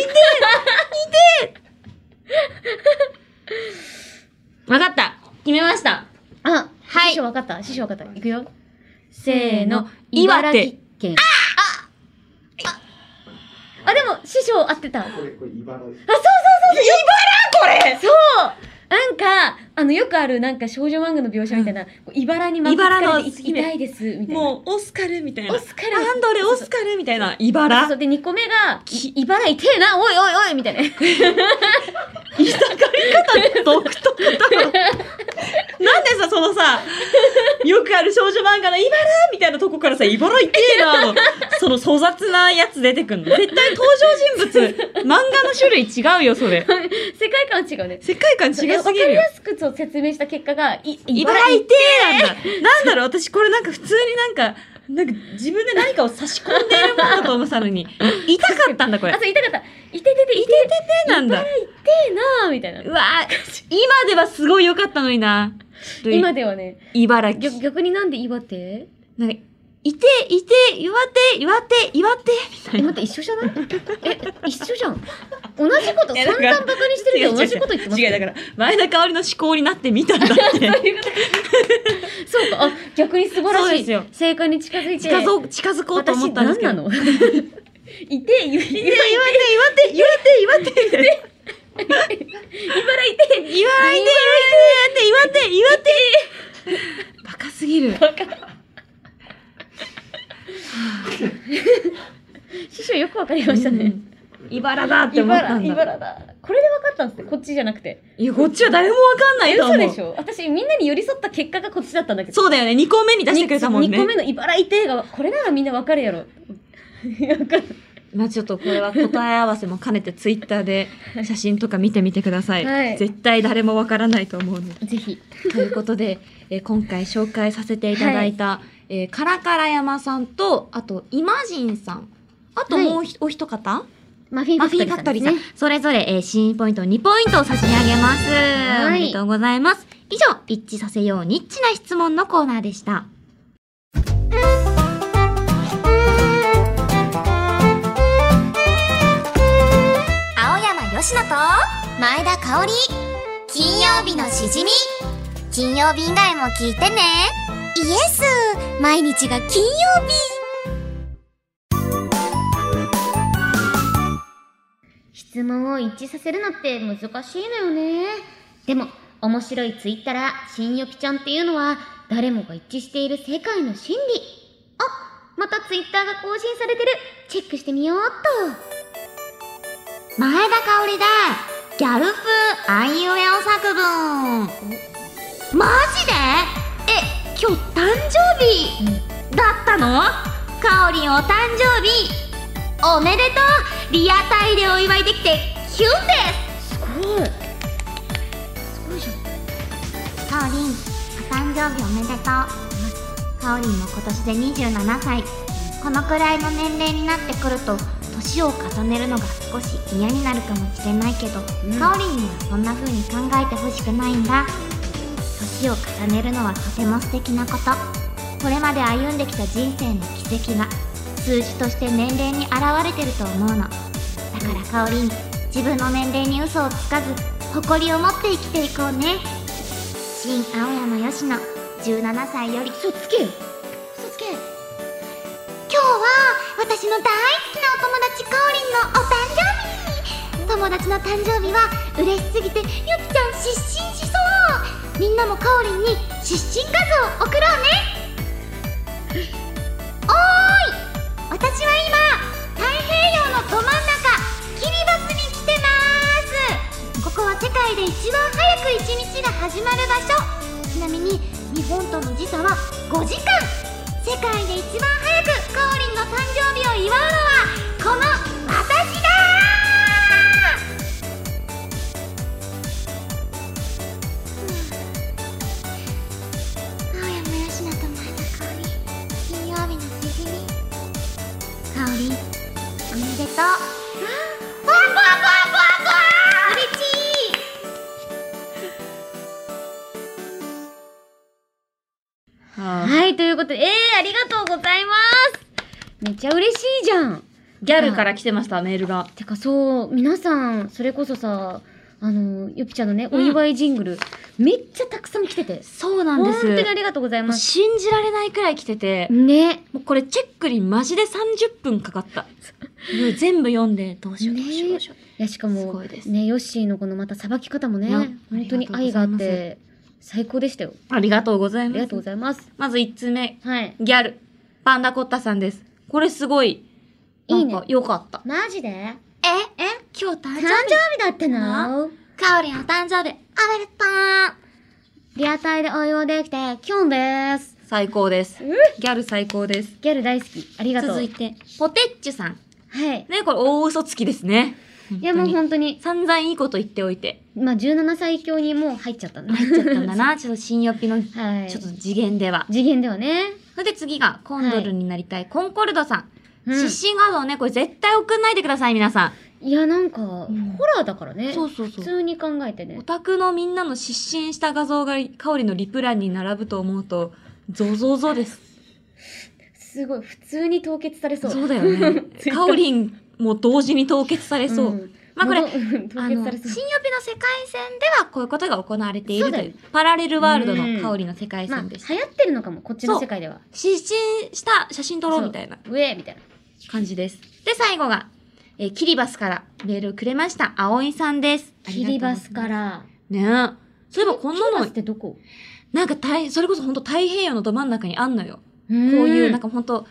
Speaker 1: いて。わかった。決めました。
Speaker 2: あ
Speaker 1: はい
Speaker 2: 師匠分かった師匠分かったいくよ
Speaker 1: せ
Speaker 2: せ
Speaker 1: ー
Speaker 2: ー
Speaker 1: の
Speaker 2: の
Speaker 1: 岩
Speaker 2: 茨
Speaker 1: 手
Speaker 2: 城県あああでも師匠合ってた
Speaker 6: これ、これ、茨城。
Speaker 2: そうなんか、あの、よくある、なんか少女漫画の描写みたいな、こう茨に巻きつかれてい
Speaker 1: 茨の姫
Speaker 2: 痛いです、みたいな。
Speaker 1: もう、オスカルみたいな。
Speaker 2: オスカル。
Speaker 1: アンドレ・オスカルみたいな。茨
Speaker 2: そうで、2個目が、い茨痛えな、おいおいおい、みたいな。
Speaker 1: 独特だろ。なんでさ、そのさ、よくある少女漫画の茨みたいなとこからさ、茨いてえなの、その粗雑なやつ出てくんの。絶対登場人物、漫画の種類違うよ、それ。
Speaker 2: 世界観は違うね。
Speaker 1: 世界観違すぎ
Speaker 2: わか
Speaker 1: るよ
Speaker 2: りや。すくそう説明した結果が、い
Speaker 1: 茨いてえなんだ。なんだろう、私これなんか普通になんか、なんか自分で何かを差し込んでいるものだと思ってたのに、痛かったんだ、これ。
Speaker 2: あ、
Speaker 1: い
Speaker 2: そう、痛かった。いててて、いて
Speaker 1: てなんだ。
Speaker 2: てな、みたいな
Speaker 1: う。わぁ、今ではすごい良かったのにな。
Speaker 2: 今、ではね、
Speaker 1: 茨城。
Speaker 2: 逆逆になんで岩手
Speaker 1: なんか、いて、いて、岩手、岩手、岩手、みた
Speaker 2: え、
Speaker 1: い
Speaker 2: 待
Speaker 1: な。
Speaker 2: って、一緒じゃないえ、一緒じゃん。同じこと、
Speaker 1: いや
Speaker 2: 散
Speaker 1: だから
Speaker 2: 々バカにしてるけど、同じこと言ってます
Speaker 1: 違う、だから、前田香織の思考になってみたんだって。
Speaker 2: そうか、あ、逆に素晴
Speaker 1: そう
Speaker 2: ら
Speaker 1: で
Speaker 2: ですす
Speaker 1: よ
Speaker 2: よ正解に近づいて。
Speaker 1: 近づこう、近づこうと思ったんですけど。
Speaker 2: 私何なの いて、ゆいて、
Speaker 1: いや岩手、岩手、岩手、岩手、岩手、岩手、岩手、岩手、
Speaker 2: 茨いて、
Speaker 1: 岩手、岩手。バカす ぎる。
Speaker 2: 師話をよくわかりましたね。
Speaker 1: 茨だって思った
Speaker 2: 茨、
Speaker 1: んだ。
Speaker 2: 茨だ。これで分かったんですって、こっちじゃなくて。
Speaker 1: いや、こっちは誰もわかんないと思
Speaker 2: 嘘
Speaker 1: う。
Speaker 2: でしょ私、みんなに寄り添った結果がこっちだったんだけど。
Speaker 1: そうだよね。2個目に出してくれたもん
Speaker 2: 2
Speaker 1: ね
Speaker 2: 個。目の茨いてが、これならみんな分かるやろ。 分かる。
Speaker 1: まあちょっとこれは答え合わせも兼ねてツイッターで写真とか見てみてください。
Speaker 2: はい
Speaker 1: 絶対誰もわからないと思うので。
Speaker 2: ぜひ。
Speaker 1: ということで、 えー今回紹介させていただいた、えーカラカラ山さんと、あと、イマジンさん。あともうひ、お一方
Speaker 2: マフィン
Speaker 1: マ
Speaker 2: ファ
Speaker 1: フ
Speaker 2: クト
Speaker 1: ィ
Speaker 2: リ
Speaker 1: ンファクトリ
Speaker 2: ーさんです
Speaker 1: ーさん、
Speaker 2: ね。
Speaker 1: それぞれ、えー、新ポイント2ポイントを差し上げます。
Speaker 2: はい
Speaker 1: おめでとうございます。以上、一致させようニッチな質問のコーナーでした。
Speaker 5: 青山よしと前田香織金曜日のしじみ金曜日以外も聞いてねイエス毎日が金曜日
Speaker 2: 質問を一致させるのって難しいのよね。でも、面白いツイッターら、新よぴちゃんっていうのは、誰もが一致している世界の真理。あ、またツイッターが更新されてる。チェックしてみようっと。
Speaker 5: 前田香織だギャル風あいうえお作文マジでえ今日誕生日だったの香織お誕生日おめでとうリアタイでお祝いできてキュンですすごいすごいじゃん香織お誕生日おめでとう香織も今年で27歳このくらいの年齢になってくると年を重ねるのが少し嫌になるかもしれないけど、
Speaker 2: うん
Speaker 5: かおりにはそんな風に考えてほしくないんだ年を重ねるのはとても素敵なことこれまで歩んできた人生の軌跡が数字として年齢に現れてると思うのだからかおりん自分の年齢に嘘をつかず誇りを持って生きていこうね新青山よしの17歳より
Speaker 2: 嘘つけよ。
Speaker 5: 嘘つけ今日は私の大好きなお友達かおりんのお誕生日友達の誕生日は嬉しすぎてゆきちゃん失神しそうみんなもかおりんに失神画像を送ろうねおーい私は今太平洋のど真ん中キリバスに来てますここは世界で一番早く一日が始まる場所ちなみに日本との時差は5時間世界で一番早くかおりんの誕生日を祝うのはこの私だー青山よしなと前田香織金曜日のしじみかおりんおめでとうわわわわわわ嬉しい
Speaker 2: はい、ということで、えー、ありがとうございます。めっちゃ嬉しいじゃん。
Speaker 1: ギャルから来てました、メールが。
Speaker 2: てかそう、皆さん、それこそさ、あの、ゆぴちゃんのね、お祝いジングル、めっちゃたくさん来てて。
Speaker 1: そうなん
Speaker 2: 本
Speaker 1: で
Speaker 2: 当にあ
Speaker 1: す。
Speaker 2: りがとうございます。
Speaker 1: 信じられないくらい来てて、
Speaker 2: ね。
Speaker 1: もうこれチェックにマジで30分かかった。もう全部読んで、どうしようどうしようどうしよう。
Speaker 2: いや、しか
Speaker 1: す
Speaker 2: も
Speaker 1: ごい、です
Speaker 2: ね、ヨッシーのこのまたさばき方もね
Speaker 1: いや、
Speaker 2: 本当に
Speaker 1: あり
Speaker 2: 愛
Speaker 1: が
Speaker 2: が
Speaker 1: とうございます
Speaker 2: あって、最高でしたよ。
Speaker 1: ありがとうござい
Speaker 2: あり
Speaker 1: ま
Speaker 2: が
Speaker 1: す
Speaker 2: とうご。ざいます。
Speaker 1: まず1つ目、
Speaker 2: はい。
Speaker 1: ギャル、パンダコッタさんです。これすごい、ない
Speaker 2: い
Speaker 1: ん
Speaker 2: ね
Speaker 1: か良かった。
Speaker 2: マジで誕
Speaker 5: ええ今日誕
Speaker 2: 生日
Speaker 5: 生日
Speaker 2: だってな。
Speaker 5: かおりんお誕生日おめでとう
Speaker 2: リアタイでお祝いできて、キュンです。
Speaker 1: 最高です。ギャル最高です。
Speaker 2: ギャル大好き。ありがとう。
Speaker 1: 続いて、ポテッチュさん。
Speaker 2: はい。
Speaker 1: ね、これ大嘘つきですね。
Speaker 2: いや、もう
Speaker 1: 本当に
Speaker 2: 本当
Speaker 1: 散
Speaker 2: に、
Speaker 1: 々いいこと言っておいて。
Speaker 2: まあ、17歳強にもう入っちゃったんだ。
Speaker 1: 入っちゃったんだ な。ちょっと新予備の、ち
Speaker 2: はい。
Speaker 1: ょっと次元では。
Speaker 2: 次元ではね。
Speaker 1: それで次が、コンドルになりたい、コンコルドさん。
Speaker 2: うん
Speaker 1: 失神画像ね、これ絶対送んないでください、皆さ
Speaker 2: いや、なんか、
Speaker 1: ん
Speaker 2: ホラーだから
Speaker 1: ん。
Speaker 2: ね。
Speaker 1: そうそう
Speaker 2: 普
Speaker 1: そう。
Speaker 2: 通に考えてね
Speaker 1: オ。タクのみんなの失神した画像が、香りのリプランに並ぶと思うと、ゾゾゾです。
Speaker 2: すごい、普通に凍結されそう。
Speaker 1: そうだよ ね。カオリンも同時に凍結されそう。
Speaker 2: ん
Speaker 1: まあこれ
Speaker 2: もううん凍
Speaker 1: あ
Speaker 2: 結
Speaker 1: の、新予
Speaker 2: さ
Speaker 1: 備
Speaker 2: れ
Speaker 1: の
Speaker 2: そう。
Speaker 1: 世界線ではこういうことが行われてい
Speaker 2: そ
Speaker 1: る
Speaker 2: う
Speaker 1: と
Speaker 2: だ
Speaker 1: い
Speaker 2: よ
Speaker 1: う、パラレルワールドの香りの世界
Speaker 2: まあ、
Speaker 1: 線
Speaker 2: 流
Speaker 1: でした。
Speaker 2: 行ってるのかも、こっちの世界では。
Speaker 1: 失神した写真撮ろうみたいな
Speaker 2: ウェーみたいな。
Speaker 1: 感じです。で、最後が、えーキリバスからメールをくれました、葵さんです。。
Speaker 2: キリバスからら。
Speaker 1: ねえ。そういえばこん
Speaker 2: キ
Speaker 1: な
Speaker 2: リバス
Speaker 1: の
Speaker 2: っ、てどこ
Speaker 1: なんか太それこそ本当太平洋のど真ん中にあんのよ。
Speaker 2: こう
Speaker 1: こういう、なん
Speaker 2: か、
Speaker 1: か本当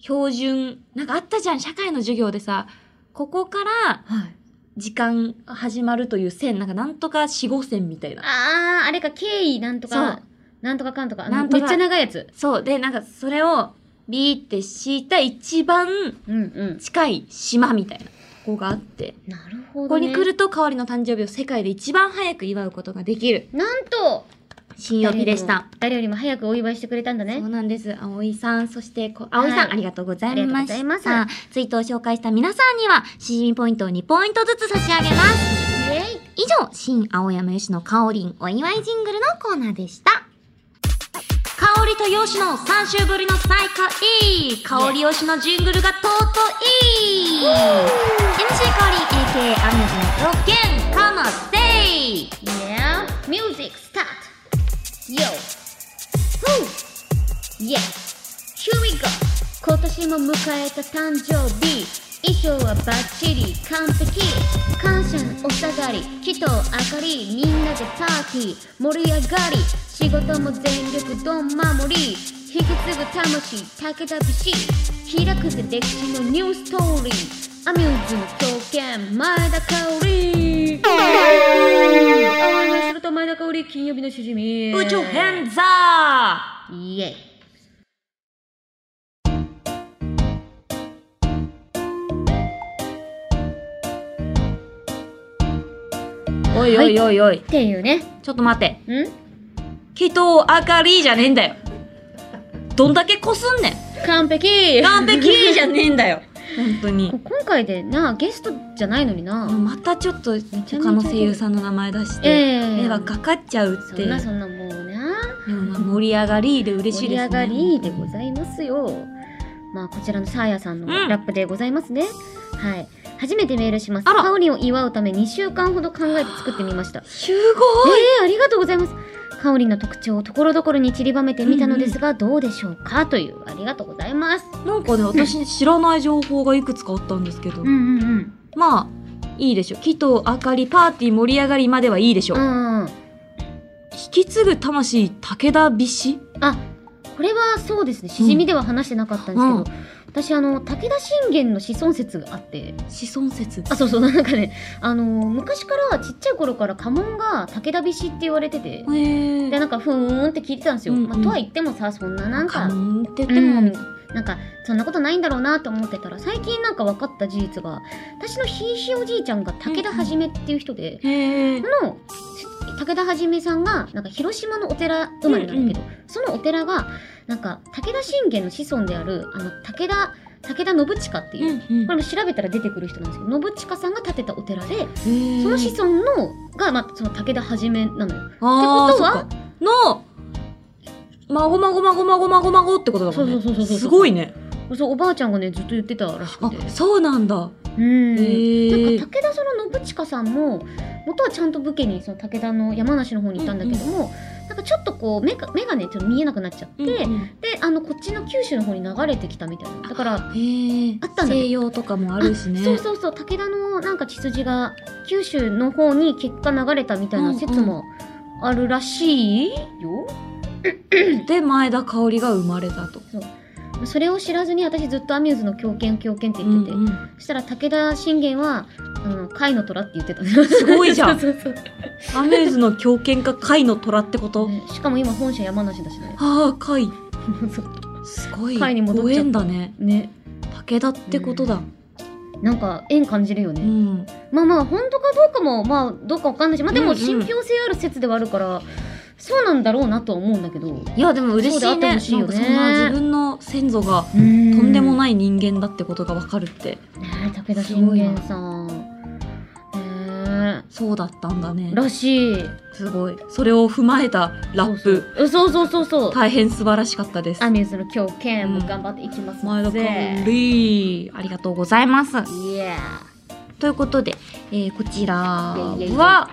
Speaker 1: 標準、なんかあったじゃん、社会の授業でさ、ここから
Speaker 2: はい。
Speaker 1: 時間始まるという線、なんかなんとか四五線みたいな。
Speaker 2: あー、あれか、経緯なんと
Speaker 1: そ
Speaker 2: か、なんとかかんとか、あの
Speaker 1: なんとか
Speaker 2: めっちゃ長いやつ。
Speaker 1: そう。で、なんかそれをビーって敷いた一番
Speaker 2: うんうん。
Speaker 1: 近い島みたいな、ここがあって。
Speaker 2: なる
Speaker 1: こ
Speaker 2: ほど、ね。
Speaker 1: こに来ると、香りの誕生日を世界で一番早く祝うことができる。
Speaker 2: なんと
Speaker 1: 新曜日でした。
Speaker 2: 誰よりも早くお祝いしてくれたんだ
Speaker 1: そ
Speaker 2: ね
Speaker 1: う。なんです。葵さん、そしてこ、葵さん、
Speaker 2: はい
Speaker 1: ありがとうござ
Speaker 2: あ
Speaker 1: い
Speaker 2: りがとう
Speaker 1: ま
Speaker 2: ござい
Speaker 1: し
Speaker 2: ます
Speaker 1: た。ツイートを紹介した皆さんには、しじみポイントを2ポイントずつ差し上げます。
Speaker 2: イエイ
Speaker 1: 以上、新青山よしのかおりんお祝いジングルのコーナーでした。香りとよしの3週ぶりの再会。香りよしのジングルが尊い。MC 香り AKA アミューズのロッケンカマデイ
Speaker 2: Yeah, music start. Yo, who? Yeah, here we go. 今年も迎えた誕生日。衣装はバッチリ完璧。感謝のお下がり、喜と明かり、みんなでパーティー盛り上がり。仕事も全力どん守り。引き継ぐ魂、武田節。開くぜ歴史のニューストーリー。アミューズの狂犬、前田香織。 あのすると前田香織金曜日のしじみ
Speaker 1: 部長変座
Speaker 2: イエイ
Speaker 1: おいおいおいおい、
Speaker 2: っていうね
Speaker 1: ちょっと待って。
Speaker 2: ん
Speaker 1: 人を明かりじゃねえんだよ。どんだけこすんねん。
Speaker 2: 完璧
Speaker 1: 完璧じゃねえんだよ。本当に。
Speaker 2: 今回でなゲストじゃないのにな、
Speaker 1: またちょっと
Speaker 2: ちゃ
Speaker 1: 他の声優さんの名前出して、
Speaker 2: ええ
Speaker 1: 目がかかっちゃうっ
Speaker 2: そ
Speaker 1: て。
Speaker 2: ん
Speaker 1: で
Speaker 2: なそんなもうな
Speaker 1: もまあ盛り上がりで嬉し
Speaker 2: 盛
Speaker 1: い
Speaker 2: り
Speaker 1: で
Speaker 2: 上
Speaker 1: すね。
Speaker 2: がりでございますよまあこちらのサーヤさんの
Speaker 1: うん
Speaker 2: ラップでございますね、はい初めてメールします
Speaker 1: あら
Speaker 2: 香りを祝うため2週間ほど考えて作ってみました
Speaker 1: すごい、
Speaker 2: えー、ありがとうございます。香りの特徴をところどころに散りばめてみたのですが、どうでしょうかというありがとうございます。
Speaker 1: なんかね、私知らない情報がいくつかあったんですけど。
Speaker 2: んうん
Speaker 1: まあ、いいでしょう。木と明かり、パーティー盛り上がりまではいいでしょう。
Speaker 2: うん。うん。
Speaker 1: 引き継ぐ魂、武田美子
Speaker 2: あ、これはそうですね。しじみでは話してなかったんですけど、
Speaker 1: うん
Speaker 2: 私あの武田信玄の子孫説があって、
Speaker 1: 子孫説。
Speaker 2: あそうそうなんかね、あの昔からちっちゃい頃から家紋が武田節って言われて
Speaker 1: へ
Speaker 2: て。
Speaker 1: え
Speaker 2: でなんかふーんって聞いてたんですよ、
Speaker 1: うんうん
Speaker 2: まあ、とは言ってもさそんななんか
Speaker 1: 家紋って言って
Speaker 2: でも、
Speaker 1: も、
Speaker 2: なんかそんなことないんだろうなと思ってたら最近なんか分かった事実が私のひいひいおじいちゃんが武田はじめっていう人で、
Speaker 1: へえ
Speaker 2: の武田はじめさんがなんか広島のお寺生まれなんだけど、そのお寺がなんか武田信玄の子孫であるあの武田武田信親っていう、
Speaker 1: うんうん
Speaker 2: これも調べたら出てくる人なんですけど信親さんが建てたお寺で
Speaker 1: そ
Speaker 2: その
Speaker 1: の
Speaker 2: 子孫のが、まあ、その武田はじめなのよ。
Speaker 1: あ
Speaker 2: っ
Speaker 1: ー
Speaker 2: てことは
Speaker 1: そっかの孫孫孫孫孫孫ってことだもん
Speaker 2: そうそうそう
Speaker 1: ね
Speaker 2: そう
Speaker 1: すごいね
Speaker 2: そうおばあちゃんがねずっと言ってたらしく
Speaker 1: あ
Speaker 2: て。
Speaker 1: そうなんだ
Speaker 2: う
Speaker 1: へ
Speaker 2: ん
Speaker 1: ー
Speaker 2: なんか武田その信親さんも元はちゃんと武家にその武田の山梨の方にいたんだけども、なんかちょっとこう目が目がねちょっと見えなくなっちゃって、
Speaker 1: うんう
Speaker 2: で
Speaker 1: ん
Speaker 2: あのこっちの九州の方に流れてきたみたいなだから
Speaker 1: へえ
Speaker 2: あったんだ
Speaker 1: 西洋とかもあるしね
Speaker 2: そうそうそう武田のなんか血筋が九州の方に結果流れたみたいな説もあるらしいよ、
Speaker 1: で前田香織が生まれたと
Speaker 2: それを知らずに私ずっとアミューズの狂犬狂犬って
Speaker 1: う
Speaker 2: 言っ
Speaker 1: ん
Speaker 2: てて、
Speaker 1: うん
Speaker 2: そしたら武田信玄はあの甲斐の虎って言ってたす
Speaker 1: ごいじゃん
Speaker 2: そうそうそう
Speaker 1: アメーズの狂犬か貝の虎ってこと
Speaker 2: ねしかも今本社山梨だしね。
Speaker 1: ああ貝
Speaker 2: そう
Speaker 1: すごい
Speaker 2: 貝に戻っ
Speaker 1: ご
Speaker 2: ちゃった
Speaker 1: 縁だね
Speaker 2: ね。
Speaker 1: 武田ってことだ
Speaker 2: なんか縁感じるよ
Speaker 1: う
Speaker 2: ね。
Speaker 1: ん
Speaker 2: まあまあ本当かどうかもまあどうかわかんないし、まあで
Speaker 1: うんう
Speaker 2: も
Speaker 1: ん
Speaker 2: 信憑性ある説ではあるから、そうなんだろうなとは思うんだけど。
Speaker 1: いやでも嬉し
Speaker 2: そう
Speaker 1: い
Speaker 2: であっ
Speaker 1: ね
Speaker 2: てほしいよ
Speaker 1: なんか
Speaker 2: ね
Speaker 1: そんな自分の先祖が
Speaker 2: と
Speaker 1: と
Speaker 2: ん
Speaker 1: んでも
Speaker 2: い。
Speaker 1: ない人間だってことがわかるって
Speaker 2: ねえ武田信玄さん。ね
Speaker 1: そうだったんだね
Speaker 2: えらしい。
Speaker 1: すごい。それを踏まえたラップ、
Speaker 2: そうそうそうそうそう。
Speaker 1: 大変素晴らしかったです
Speaker 2: ア。ミューズの狂犬
Speaker 1: う
Speaker 2: も
Speaker 1: ん
Speaker 2: 頑張っていきます。
Speaker 1: 前田
Speaker 2: ぜ
Speaker 1: 君、リー、ありがとうございます。
Speaker 2: いや
Speaker 1: ということで、えーこちら
Speaker 2: いやいやい
Speaker 1: は、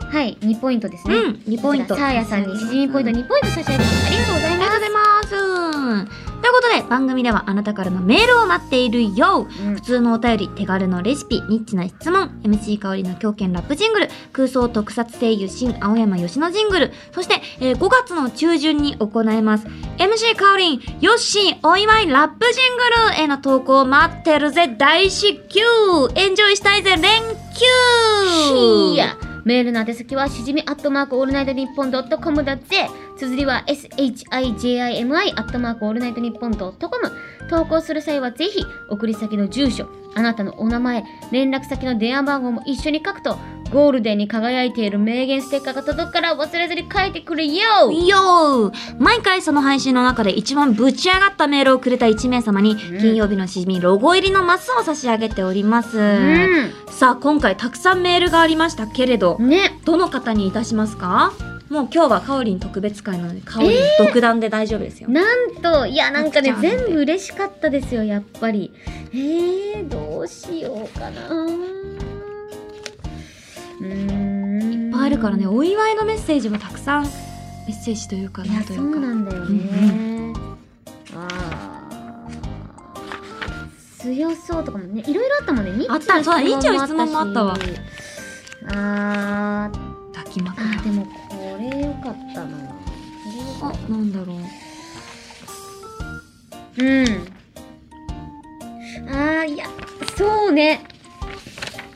Speaker 2: はい、2ポイントです
Speaker 1: う
Speaker 2: ね。
Speaker 1: ん、2ポイント。
Speaker 2: サーヤさんにしじみポイント2ポイント差し上げます。ありがとうござ
Speaker 1: あ
Speaker 2: います。
Speaker 1: りがとうございます。ということで、番組ではあなたからのメールを待っているよ
Speaker 2: うん
Speaker 1: 普通のお便り、手軽のレシピ、ニッチな質問、MC 香りの狂犬ラップジングル、空想特撮声優新青山吉野ジングル、そして、え5月の中旬に行います。MC 香りん、ヨッシーお祝いラップジングルへの投稿待ってるぜ、大至急エンジョイしたいぜ、連休
Speaker 2: ひやメールの宛先はしじみアットマークオールナイトニッポンドットコムだぜ綴りは SHIJIMI アットマークオールナイトニッポンドットコム投稿する際はぜひ送り先の住所あなたのお名前連絡先の電話番号も一緒に書くとゴールデンに輝いている名言ステッカーが届くから忘れずに書いてくれよ
Speaker 1: よー毎回その配信の中で一番ぶち上がったメールをくれた1名様に、
Speaker 2: ん
Speaker 1: 金曜日のしじみロゴ入りのマスを差し上げております。
Speaker 2: う
Speaker 1: さあ、今回たくさんメールがありましたけれど、
Speaker 2: んね
Speaker 1: どの方にいたしますかもう今日はかおりん特別会なので、かおりん独断で大丈夫ですよ。
Speaker 2: なんといやなんかね
Speaker 1: なっちゃうんで
Speaker 2: 全部嬉しかったですよやっぱりえー、どうしようかなうーん
Speaker 1: いっぱいあるからね、お祝いのメッセージもたくさん、メッセージというか、
Speaker 2: い
Speaker 1: な
Speaker 2: や
Speaker 1: んとい
Speaker 2: そううな
Speaker 1: か。
Speaker 2: んだよね、あー強そうとかもねいろいろあったもんね
Speaker 1: あったそうだ
Speaker 2: ニッチの
Speaker 1: ニッチの質問もあっ
Speaker 2: しあー
Speaker 1: 抱きまく
Speaker 2: あーでもこれよかったなこれよか
Speaker 1: あ
Speaker 2: った、
Speaker 1: なんだろう。
Speaker 2: うん。ああ、いや、そうね。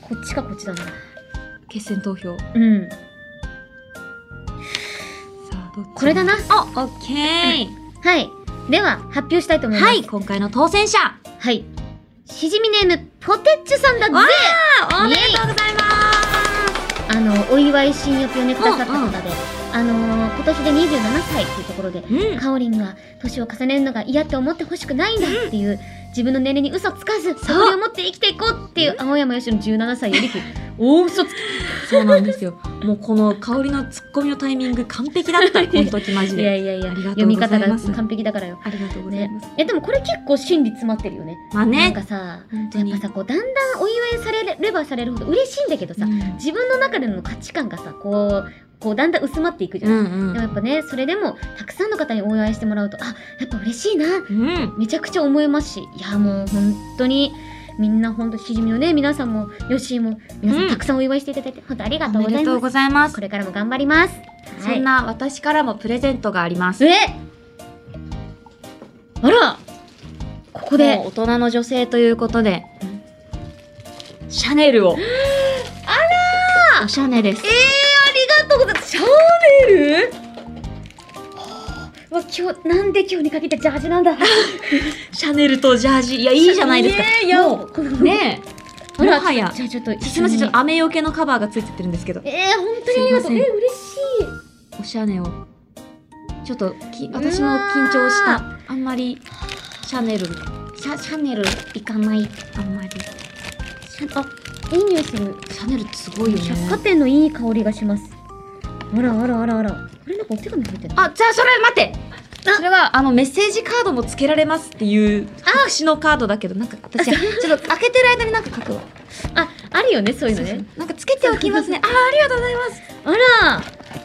Speaker 2: こっちかこっちだな。
Speaker 1: 決選投票。さ
Speaker 2: うん。
Speaker 1: あ、どっち
Speaker 2: これだな。
Speaker 1: あ、オッケー。
Speaker 2: はい。では、発表したいと思います。
Speaker 1: はい、。今回の当選者。
Speaker 2: はい。しじみネーム、ポテッチュさんだぜ
Speaker 1: わおめでとうございます。
Speaker 2: あの、お祝い新欲をね、くださった方で、あのー、今年で27歳っていうところで、
Speaker 1: うん
Speaker 2: かおりんが年を重ねるのが嫌って思ってほしくないんだっていう、自分の年齢に嘘つかず、それを持って生きていこうっていう、青山よしの17歳よりき、大嘘つき
Speaker 3: そうなんですよ。もうこの香りのツッコミのタイミング完璧だ った。この時マジ
Speaker 2: いや
Speaker 3: で。
Speaker 2: いやいや、
Speaker 3: ありがと
Speaker 2: 読
Speaker 3: う
Speaker 2: み
Speaker 3: ござ
Speaker 2: 方
Speaker 3: い
Speaker 2: が
Speaker 3: ます
Speaker 2: 完璧だからよ。
Speaker 3: ありがとうござい
Speaker 2: ね
Speaker 3: ます。、
Speaker 2: えでもこれ結構真理詰まってるよね。
Speaker 1: まあ
Speaker 2: なん
Speaker 1: ね、
Speaker 2: かさ、
Speaker 3: 本当
Speaker 2: やっ
Speaker 3: に
Speaker 2: ぱ。さこうだんだんお祝いされればされるほど嬉しいんだけどさ、
Speaker 3: うん
Speaker 2: 自分の中での価値観がさこうこうだんだん薄まっていくじゃ。
Speaker 1: うんん
Speaker 2: でもやっぱねそれでもたくさんの方にお祝いしてもらうとあやっぱ嬉しいな
Speaker 1: うん。うん。
Speaker 2: めちゃくちゃ思えますしいやもう本当にみんな本当しじみをね皆さんもよしーも皆さ
Speaker 1: うんん
Speaker 2: たくさんお祝いしていただいて本当ありが
Speaker 1: お
Speaker 2: とう
Speaker 1: め
Speaker 2: ござ
Speaker 1: で
Speaker 2: い
Speaker 1: とう
Speaker 2: ま。
Speaker 1: ございますす。
Speaker 2: これからも頑張ります。
Speaker 1: そんな私からもプレゼントがあります。
Speaker 2: えあらここ
Speaker 1: もう
Speaker 2: で
Speaker 1: 大人の女性ということで、シャネルを。あらおしゃれです。
Speaker 2: ありがとうございますシャネルわ今日なんで今日にかけてジャージなんだ
Speaker 1: シャネルとジャージ。いや、いいじゃないですか。
Speaker 2: ねえいや
Speaker 1: もうねえ。
Speaker 2: あ
Speaker 1: も
Speaker 2: ら
Speaker 1: はや。
Speaker 2: じゃあちょっと
Speaker 1: すみません、ちょっと雨よけのカバーがついてってるんですけど、
Speaker 2: えー、本当にありがと
Speaker 1: す
Speaker 2: う
Speaker 1: い
Speaker 2: え
Speaker 1: ませ
Speaker 2: ー、嬉しい
Speaker 1: おしゃれを。ちょっとき、私も緊張した。あんまり、シャネル、シャ、シャネル行かない。あんまり。
Speaker 2: いい匂いする
Speaker 1: シャネルってすごいよね。
Speaker 2: 百貨店のいい香りがしますあらあらあらあらあれなんかお手紙入ってる
Speaker 1: あ、じゃあそれ待ってそれはあのメッセージカードもつけられますっていう隠しのカードだけどなんか私ちょっと開けてる間になんか書くわ
Speaker 2: ああるよねそういうのね
Speaker 1: なんかつけておきますねあーありがとうございます
Speaker 2: あ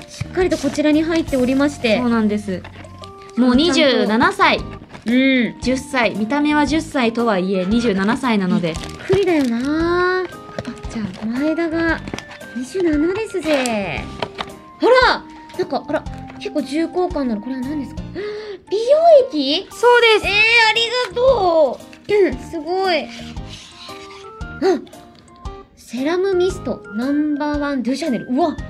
Speaker 2: らしっかりとこちらに入っておりまして
Speaker 1: そうなんですもう
Speaker 2: ちゃんと
Speaker 1: 27歳
Speaker 2: うん
Speaker 1: 10歳見た目は10歳とはいえ27歳なので
Speaker 2: 不利だよな
Speaker 1: じゃあ
Speaker 2: 前田が27ですぜほらなんかあら結構重厚感なのこれは何ですか美容液
Speaker 1: そうで
Speaker 2: えー、ありがとううんすごいあセラムミストナンバーワンデュシャネルうわありが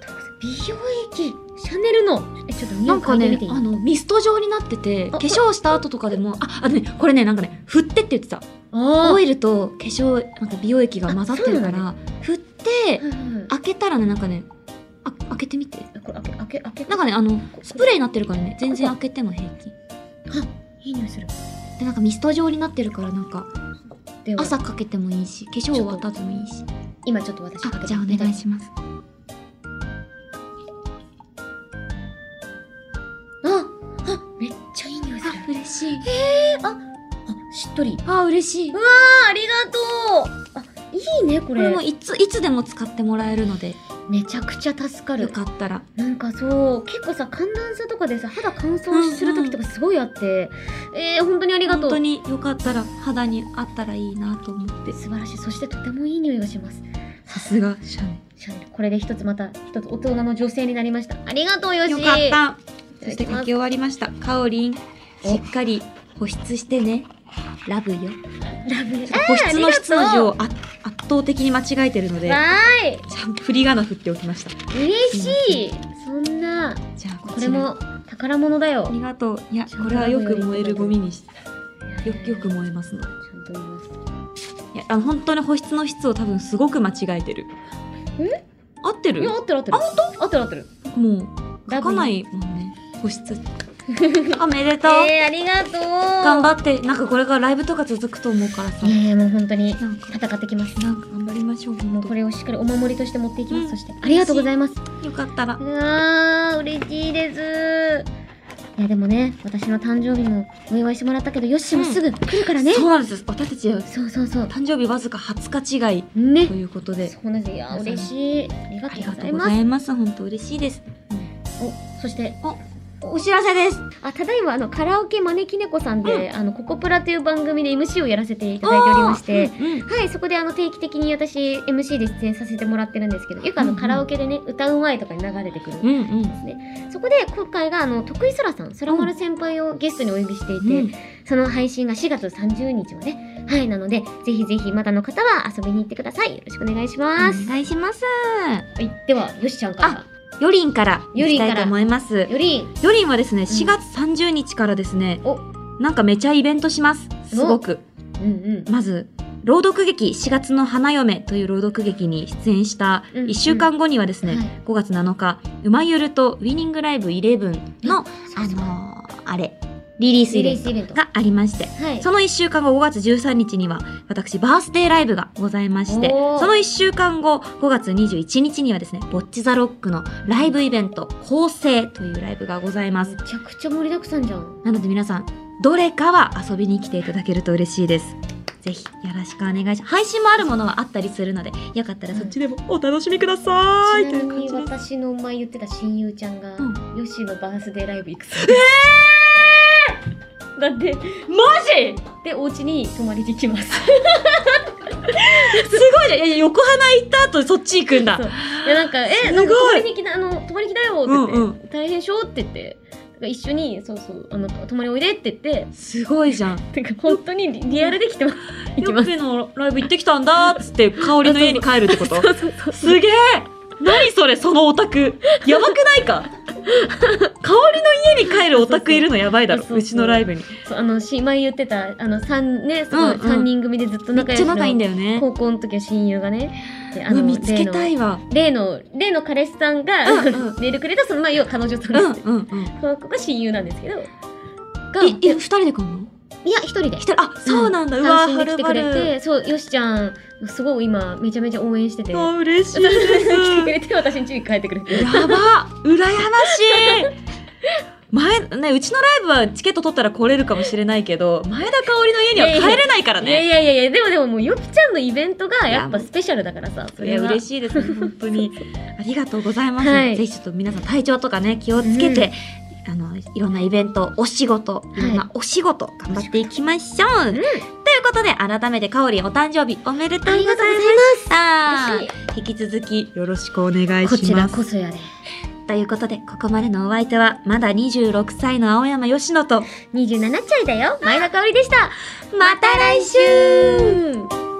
Speaker 2: とうございます美容液シャネルのえちょっと匂
Speaker 1: ないんか
Speaker 2: 嗅いでみ
Speaker 1: ね
Speaker 2: ていい
Speaker 1: あのミスト状になってて化
Speaker 2: あ
Speaker 1: 粧した後とかでもああのねこれねなんかね振ってって言ってた
Speaker 2: あ
Speaker 1: オ
Speaker 2: ー
Speaker 1: イルと化粧なんか美容液が混ざってるか
Speaker 2: あそうな
Speaker 1: ら振って
Speaker 2: はいはいはい
Speaker 1: 開けたらねなんかねあ開けてみて
Speaker 2: あこれ開け開け開け
Speaker 1: なんかねあのスプレーになってるからね全然開けても平気
Speaker 2: いい匂いする
Speaker 1: でなんかミスト状になってるからなんか
Speaker 2: では
Speaker 1: 朝かけてもいいし化粧終わった後もいいし
Speaker 2: 今ちょっと私かけ
Speaker 1: あ
Speaker 2: て
Speaker 1: じゃあお願いします
Speaker 2: あ、あ、めっちゃいい匂いする。
Speaker 1: あ嬉しい
Speaker 2: あ、しっとり。
Speaker 1: あ嬉しい
Speaker 2: あ、ありがとう。あ、いいね、ここ
Speaker 1: これ
Speaker 2: れ
Speaker 1: もいついつでも使ってもらえるので
Speaker 2: めちゃくちゃ助か
Speaker 1: よ
Speaker 2: る
Speaker 1: かったら
Speaker 2: なんかそう結構さ寒暖差とかでさ肌乾燥する時とかすごいあって、えー、本当にありがと
Speaker 1: 本
Speaker 2: う
Speaker 1: 当によかったら肌にあったらいいなと思って
Speaker 2: 素晴らしいそしてとてもいい匂いがします
Speaker 1: さすがシャネ
Speaker 2: シャネルこれで一つまた一つ大人の女性になりましたありがとうよし
Speaker 1: よかった
Speaker 2: た
Speaker 1: そ
Speaker 2: だ
Speaker 1: して
Speaker 2: き
Speaker 1: 書
Speaker 2: ま
Speaker 1: き
Speaker 2: す
Speaker 1: 終わりましたかおりんし
Speaker 2: お
Speaker 1: っかり保湿してねラブよ
Speaker 2: ラブ
Speaker 1: ちょっと保湿の質の字
Speaker 2: わ
Speaker 1: をあ圧倒的に間違えてるので
Speaker 2: ーい
Speaker 1: ちゃんと振り仮名振っておきました
Speaker 2: 嬉しいそんな
Speaker 1: じゃあこ
Speaker 2: こ
Speaker 1: ち
Speaker 2: れ
Speaker 1: ら
Speaker 2: も宝物だよ
Speaker 1: ありがとういやこれはよく燃えるゴミにしよくよく燃えますので
Speaker 2: ちゃんと言います
Speaker 1: いやあの本当に保湿の質を多分すごく間違えてる
Speaker 2: え
Speaker 1: 合って
Speaker 2: い
Speaker 1: る
Speaker 2: や合ってる合ってるあ本当合ってる合ってる
Speaker 1: もう
Speaker 2: ラ
Speaker 1: 書
Speaker 2: ブ
Speaker 1: か
Speaker 2: ユー
Speaker 1: ないもんね保湿 おめでとう、
Speaker 2: えー、ありがとう
Speaker 1: 頑張ってなんかこれからライブとか続くと思うからさ、
Speaker 2: ねえもう本当に
Speaker 1: なんか
Speaker 2: 戦ってきます
Speaker 1: なんか頑張りましょう
Speaker 2: も
Speaker 1: 本
Speaker 2: う
Speaker 1: 当
Speaker 2: これをしっかりお守りとして持っていきます、
Speaker 1: うん
Speaker 2: そしてありがとうございます
Speaker 1: よかったら
Speaker 2: うわー嬉しいですいやでもね私の誕生日もお祝いしてもらったけどヨッシーもすぐ来るからね、
Speaker 1: そうなんです私たちは
Speaker 2: そうそうそう
Speaker 1: 誕生日わずか20日違い
Speaker 2: ね
Speaker 1: ということで
Speaker 2: そうなんですいや嬉しいありが
Speaker 1: あ
Speaker 2: と
Speaker 1: り
Speaker 2: うご
Speaker 1: が
Speaker 2: ざ
Speaker 1: と
Speaker 2: いう
Speaker 1: ご
Speaker 2: ます
Speaker 1: ざいます本当嬉しいです
Speaker 2: おそして
Speaker 1: お知らせです
Speaker 2: あただいまあのカラオケ招き猫さんで、あのココプラという番組で MC をやらせていただいておりまして、
Speaker 1: うん
Speaker 2: はい、そこであの定期的に私 MC で出演させてもらってるんですけど、よくあの
Speaker 1: うんうん
Speaker 2: カラオケでね、歌うまいとかに流れてくる。
Speaker 1: うんうん
Speaker 2: そこで今回があの徳井そらさん、そらまる先輩をゲストにお呼びしていて、
Speaker 1: うん
Speaker 2: その配信が4月30日をね、はい、なので、ぜひぜひまだの方は遊びに行ってください。よろしくお願いします。
Speaker 1: お願いします
Speaker 2: はい、では、よしちゃんから。
Speaker 1: よりんから行
Speaker 2: より
Speaker 1: き
Speaker 2: んか
Speaker 1: た
Speaker 2: ら
Speaker 1: いと思います
Speaker 2: より、
Speaker 1: よりんはですね4月30日からですね、
Speaker 2: お
Speaker 1: なんかめちゃイベントしますすごく
Speaker 2: うんうん。
Speaker 1: まず朗読劇4月の花嫁という朗読劇に出演した
Speaker 2: うんうん
Speaker 1: 1週間後にはですね、
Speaker 2: はい
Speaker 1: 5月7日「うまゆる」と「ウィニングライブイレブンの」
Speaker 2: そ
Speaker 1: あ
Speaker 2: うそう
Speaker 1: のーあれリリースイベン
Speaker 2: リリースイベン
Speaker 1: ト
Speaker 2: ト
Speaker 1: がありまして
Speaker 2: はい。
Speaker 1: その1週間後5月13日には私バースデーライブがございまして
Speaker 2: おー
Speaker 1: その1週間後5月21日にはですね「ボッチ・ザ・ロック」のライブイベント「構成」というライブがございます
Speaker 2: めちゃくちゃ盛りだくさんじゃん。
Speaker 1: なので皆さんどれかは遊びに来ていただけると嬉しいですぜひよろしくお願いします配信もあるものはあったりするのでよかったらそっちでもお楽しみください、
Speaker 2: ち
Speaker 1: とい
Speaker 2: な
Speaker 1: う
Speaker 2: み
Speaker 1: 感
Speaker 2: に
Speaker 1: じです
Speaker 2: 私の前言ってた親友ちゃんが、
Speaker 1: うん
Speaker 2: ヨシのバースデーライブ行くそうえだってマジでお家に泊まりに来ます
Speaker 1: すごいねいやいや横浜行った後そっち行くんだ
Speaker 2: そういやなんか「え
Speaker 1: す
Speaker 2: なんか泊
Speaker 1: ご
Speaker 2: ま
Speaker 1: い
Speaker 2: りに来なあの泊まり来だよ」って言って、
Speaker 1: うん
Speaker 2: 大変でしょ?」って言ってなんか一緒に「そうそうあの泊まりおいで」って言って
Speaker 1: すごいじゃん
Speaker 2: なんか本当にリリアルで来てます行き
Speaker 1: ヨ
Speaker 2: ま
Speaker 1: ッ
Speaker 2: す
Speaker 1: ペのライブ行ってきたんだっつって香りの家に帰るってこと
Speaker 2: そうそうそう
Speaker 1: すげえ何それそのオタクやばくないか香りの家に帰るオタクいるのやばいだろ
Speaker 2: そうそう
Speaker 1: うちのライブに
Speaker 2: そうあのし前言ってたあの三ねそ
Speaker 1: うんう
Speaker 2: の
Speaker 1: ん
Speaker 2: 三人組でずっと
Speaker 1: めっ
Speaker 2: 仲良
Speaker 1: ち
Speaker 2: し
Speaker 1: ゃ仲いいん
Speaker 2: の
Speaker 1: だよね
Speaker 2: 高校の時の親友がねであ
Speaker 1: うわ見つけ
Speaker 2: 例の
Speaker 1: たいわ
Speaker 2: 例の例の彼氏さんが、
Speaker 1: うんうん
Speaker 2: メールくれたそのまあ要は彼女さん
Speaker 1: うん
Speaker 2: です、
Speaker 1: うんうん
Speaker 2: この子が親友なんですけどが
Speaker 1: え、え、二人で来んの
Speaker 2: いや一人で
Speaker 1: 一人、あ、そうなんだ、うわ
Speaker 2: 単身
Speaker 1: ー、は
Speaker 2: で
Speaker 1: る
Speaker 2: 来てく
Speaker 1: ば
Speaker 2: れ
Speaker 1: る。
Speaker 2: てそうよしちゃんすごい今めちゃめちゃ応援してて来
Speaker 1: あ、嬉しい
Speaker 2: てく
Speaker 1: で
Speaker 2: れて私ん家に帰ってくれて
Speaker 1: す。やば、羨ましい。前、ね、うちのライブはチケット取ったら来れるかもしれないけど、前田香織の家には帰れないから
Speaker 2: いやい
Speaker 1: ね。
Speaker 2: やいやいやでもでももうよきちゃんのイベントがやっぱスペシャルだからさそ
Speaker 1: いや、嬉
Speaker 2: い
Speaker 1: しいですね、本当に。ありがとうございます。
Speaker 2: はい
Speaker 1: ぜひちょっと皆さん体調とかね、気をつけて、あの、いろんなイベント、お仕事、いろんなお仕事、頑張っていきましょう。ということで、改めて香織お誕生日おめでとうございました。
Speaker 2: 嬉しい
Speaker 1: 引き続きよろしくお願い
Speaker 2: こち
Speaker 1: し
Speaker 2: ら
Speaker 1: ま
Speaker 2: こ
Speaker 1: す。
Speaker 2: そやで
Speaker 1: ということで、ここまでのお相手は、まだ26歳の青山佳乃と、
Speaker 2: 27歳だよ前田香織でした
Speaker 1: また来週
Speaker 2: うん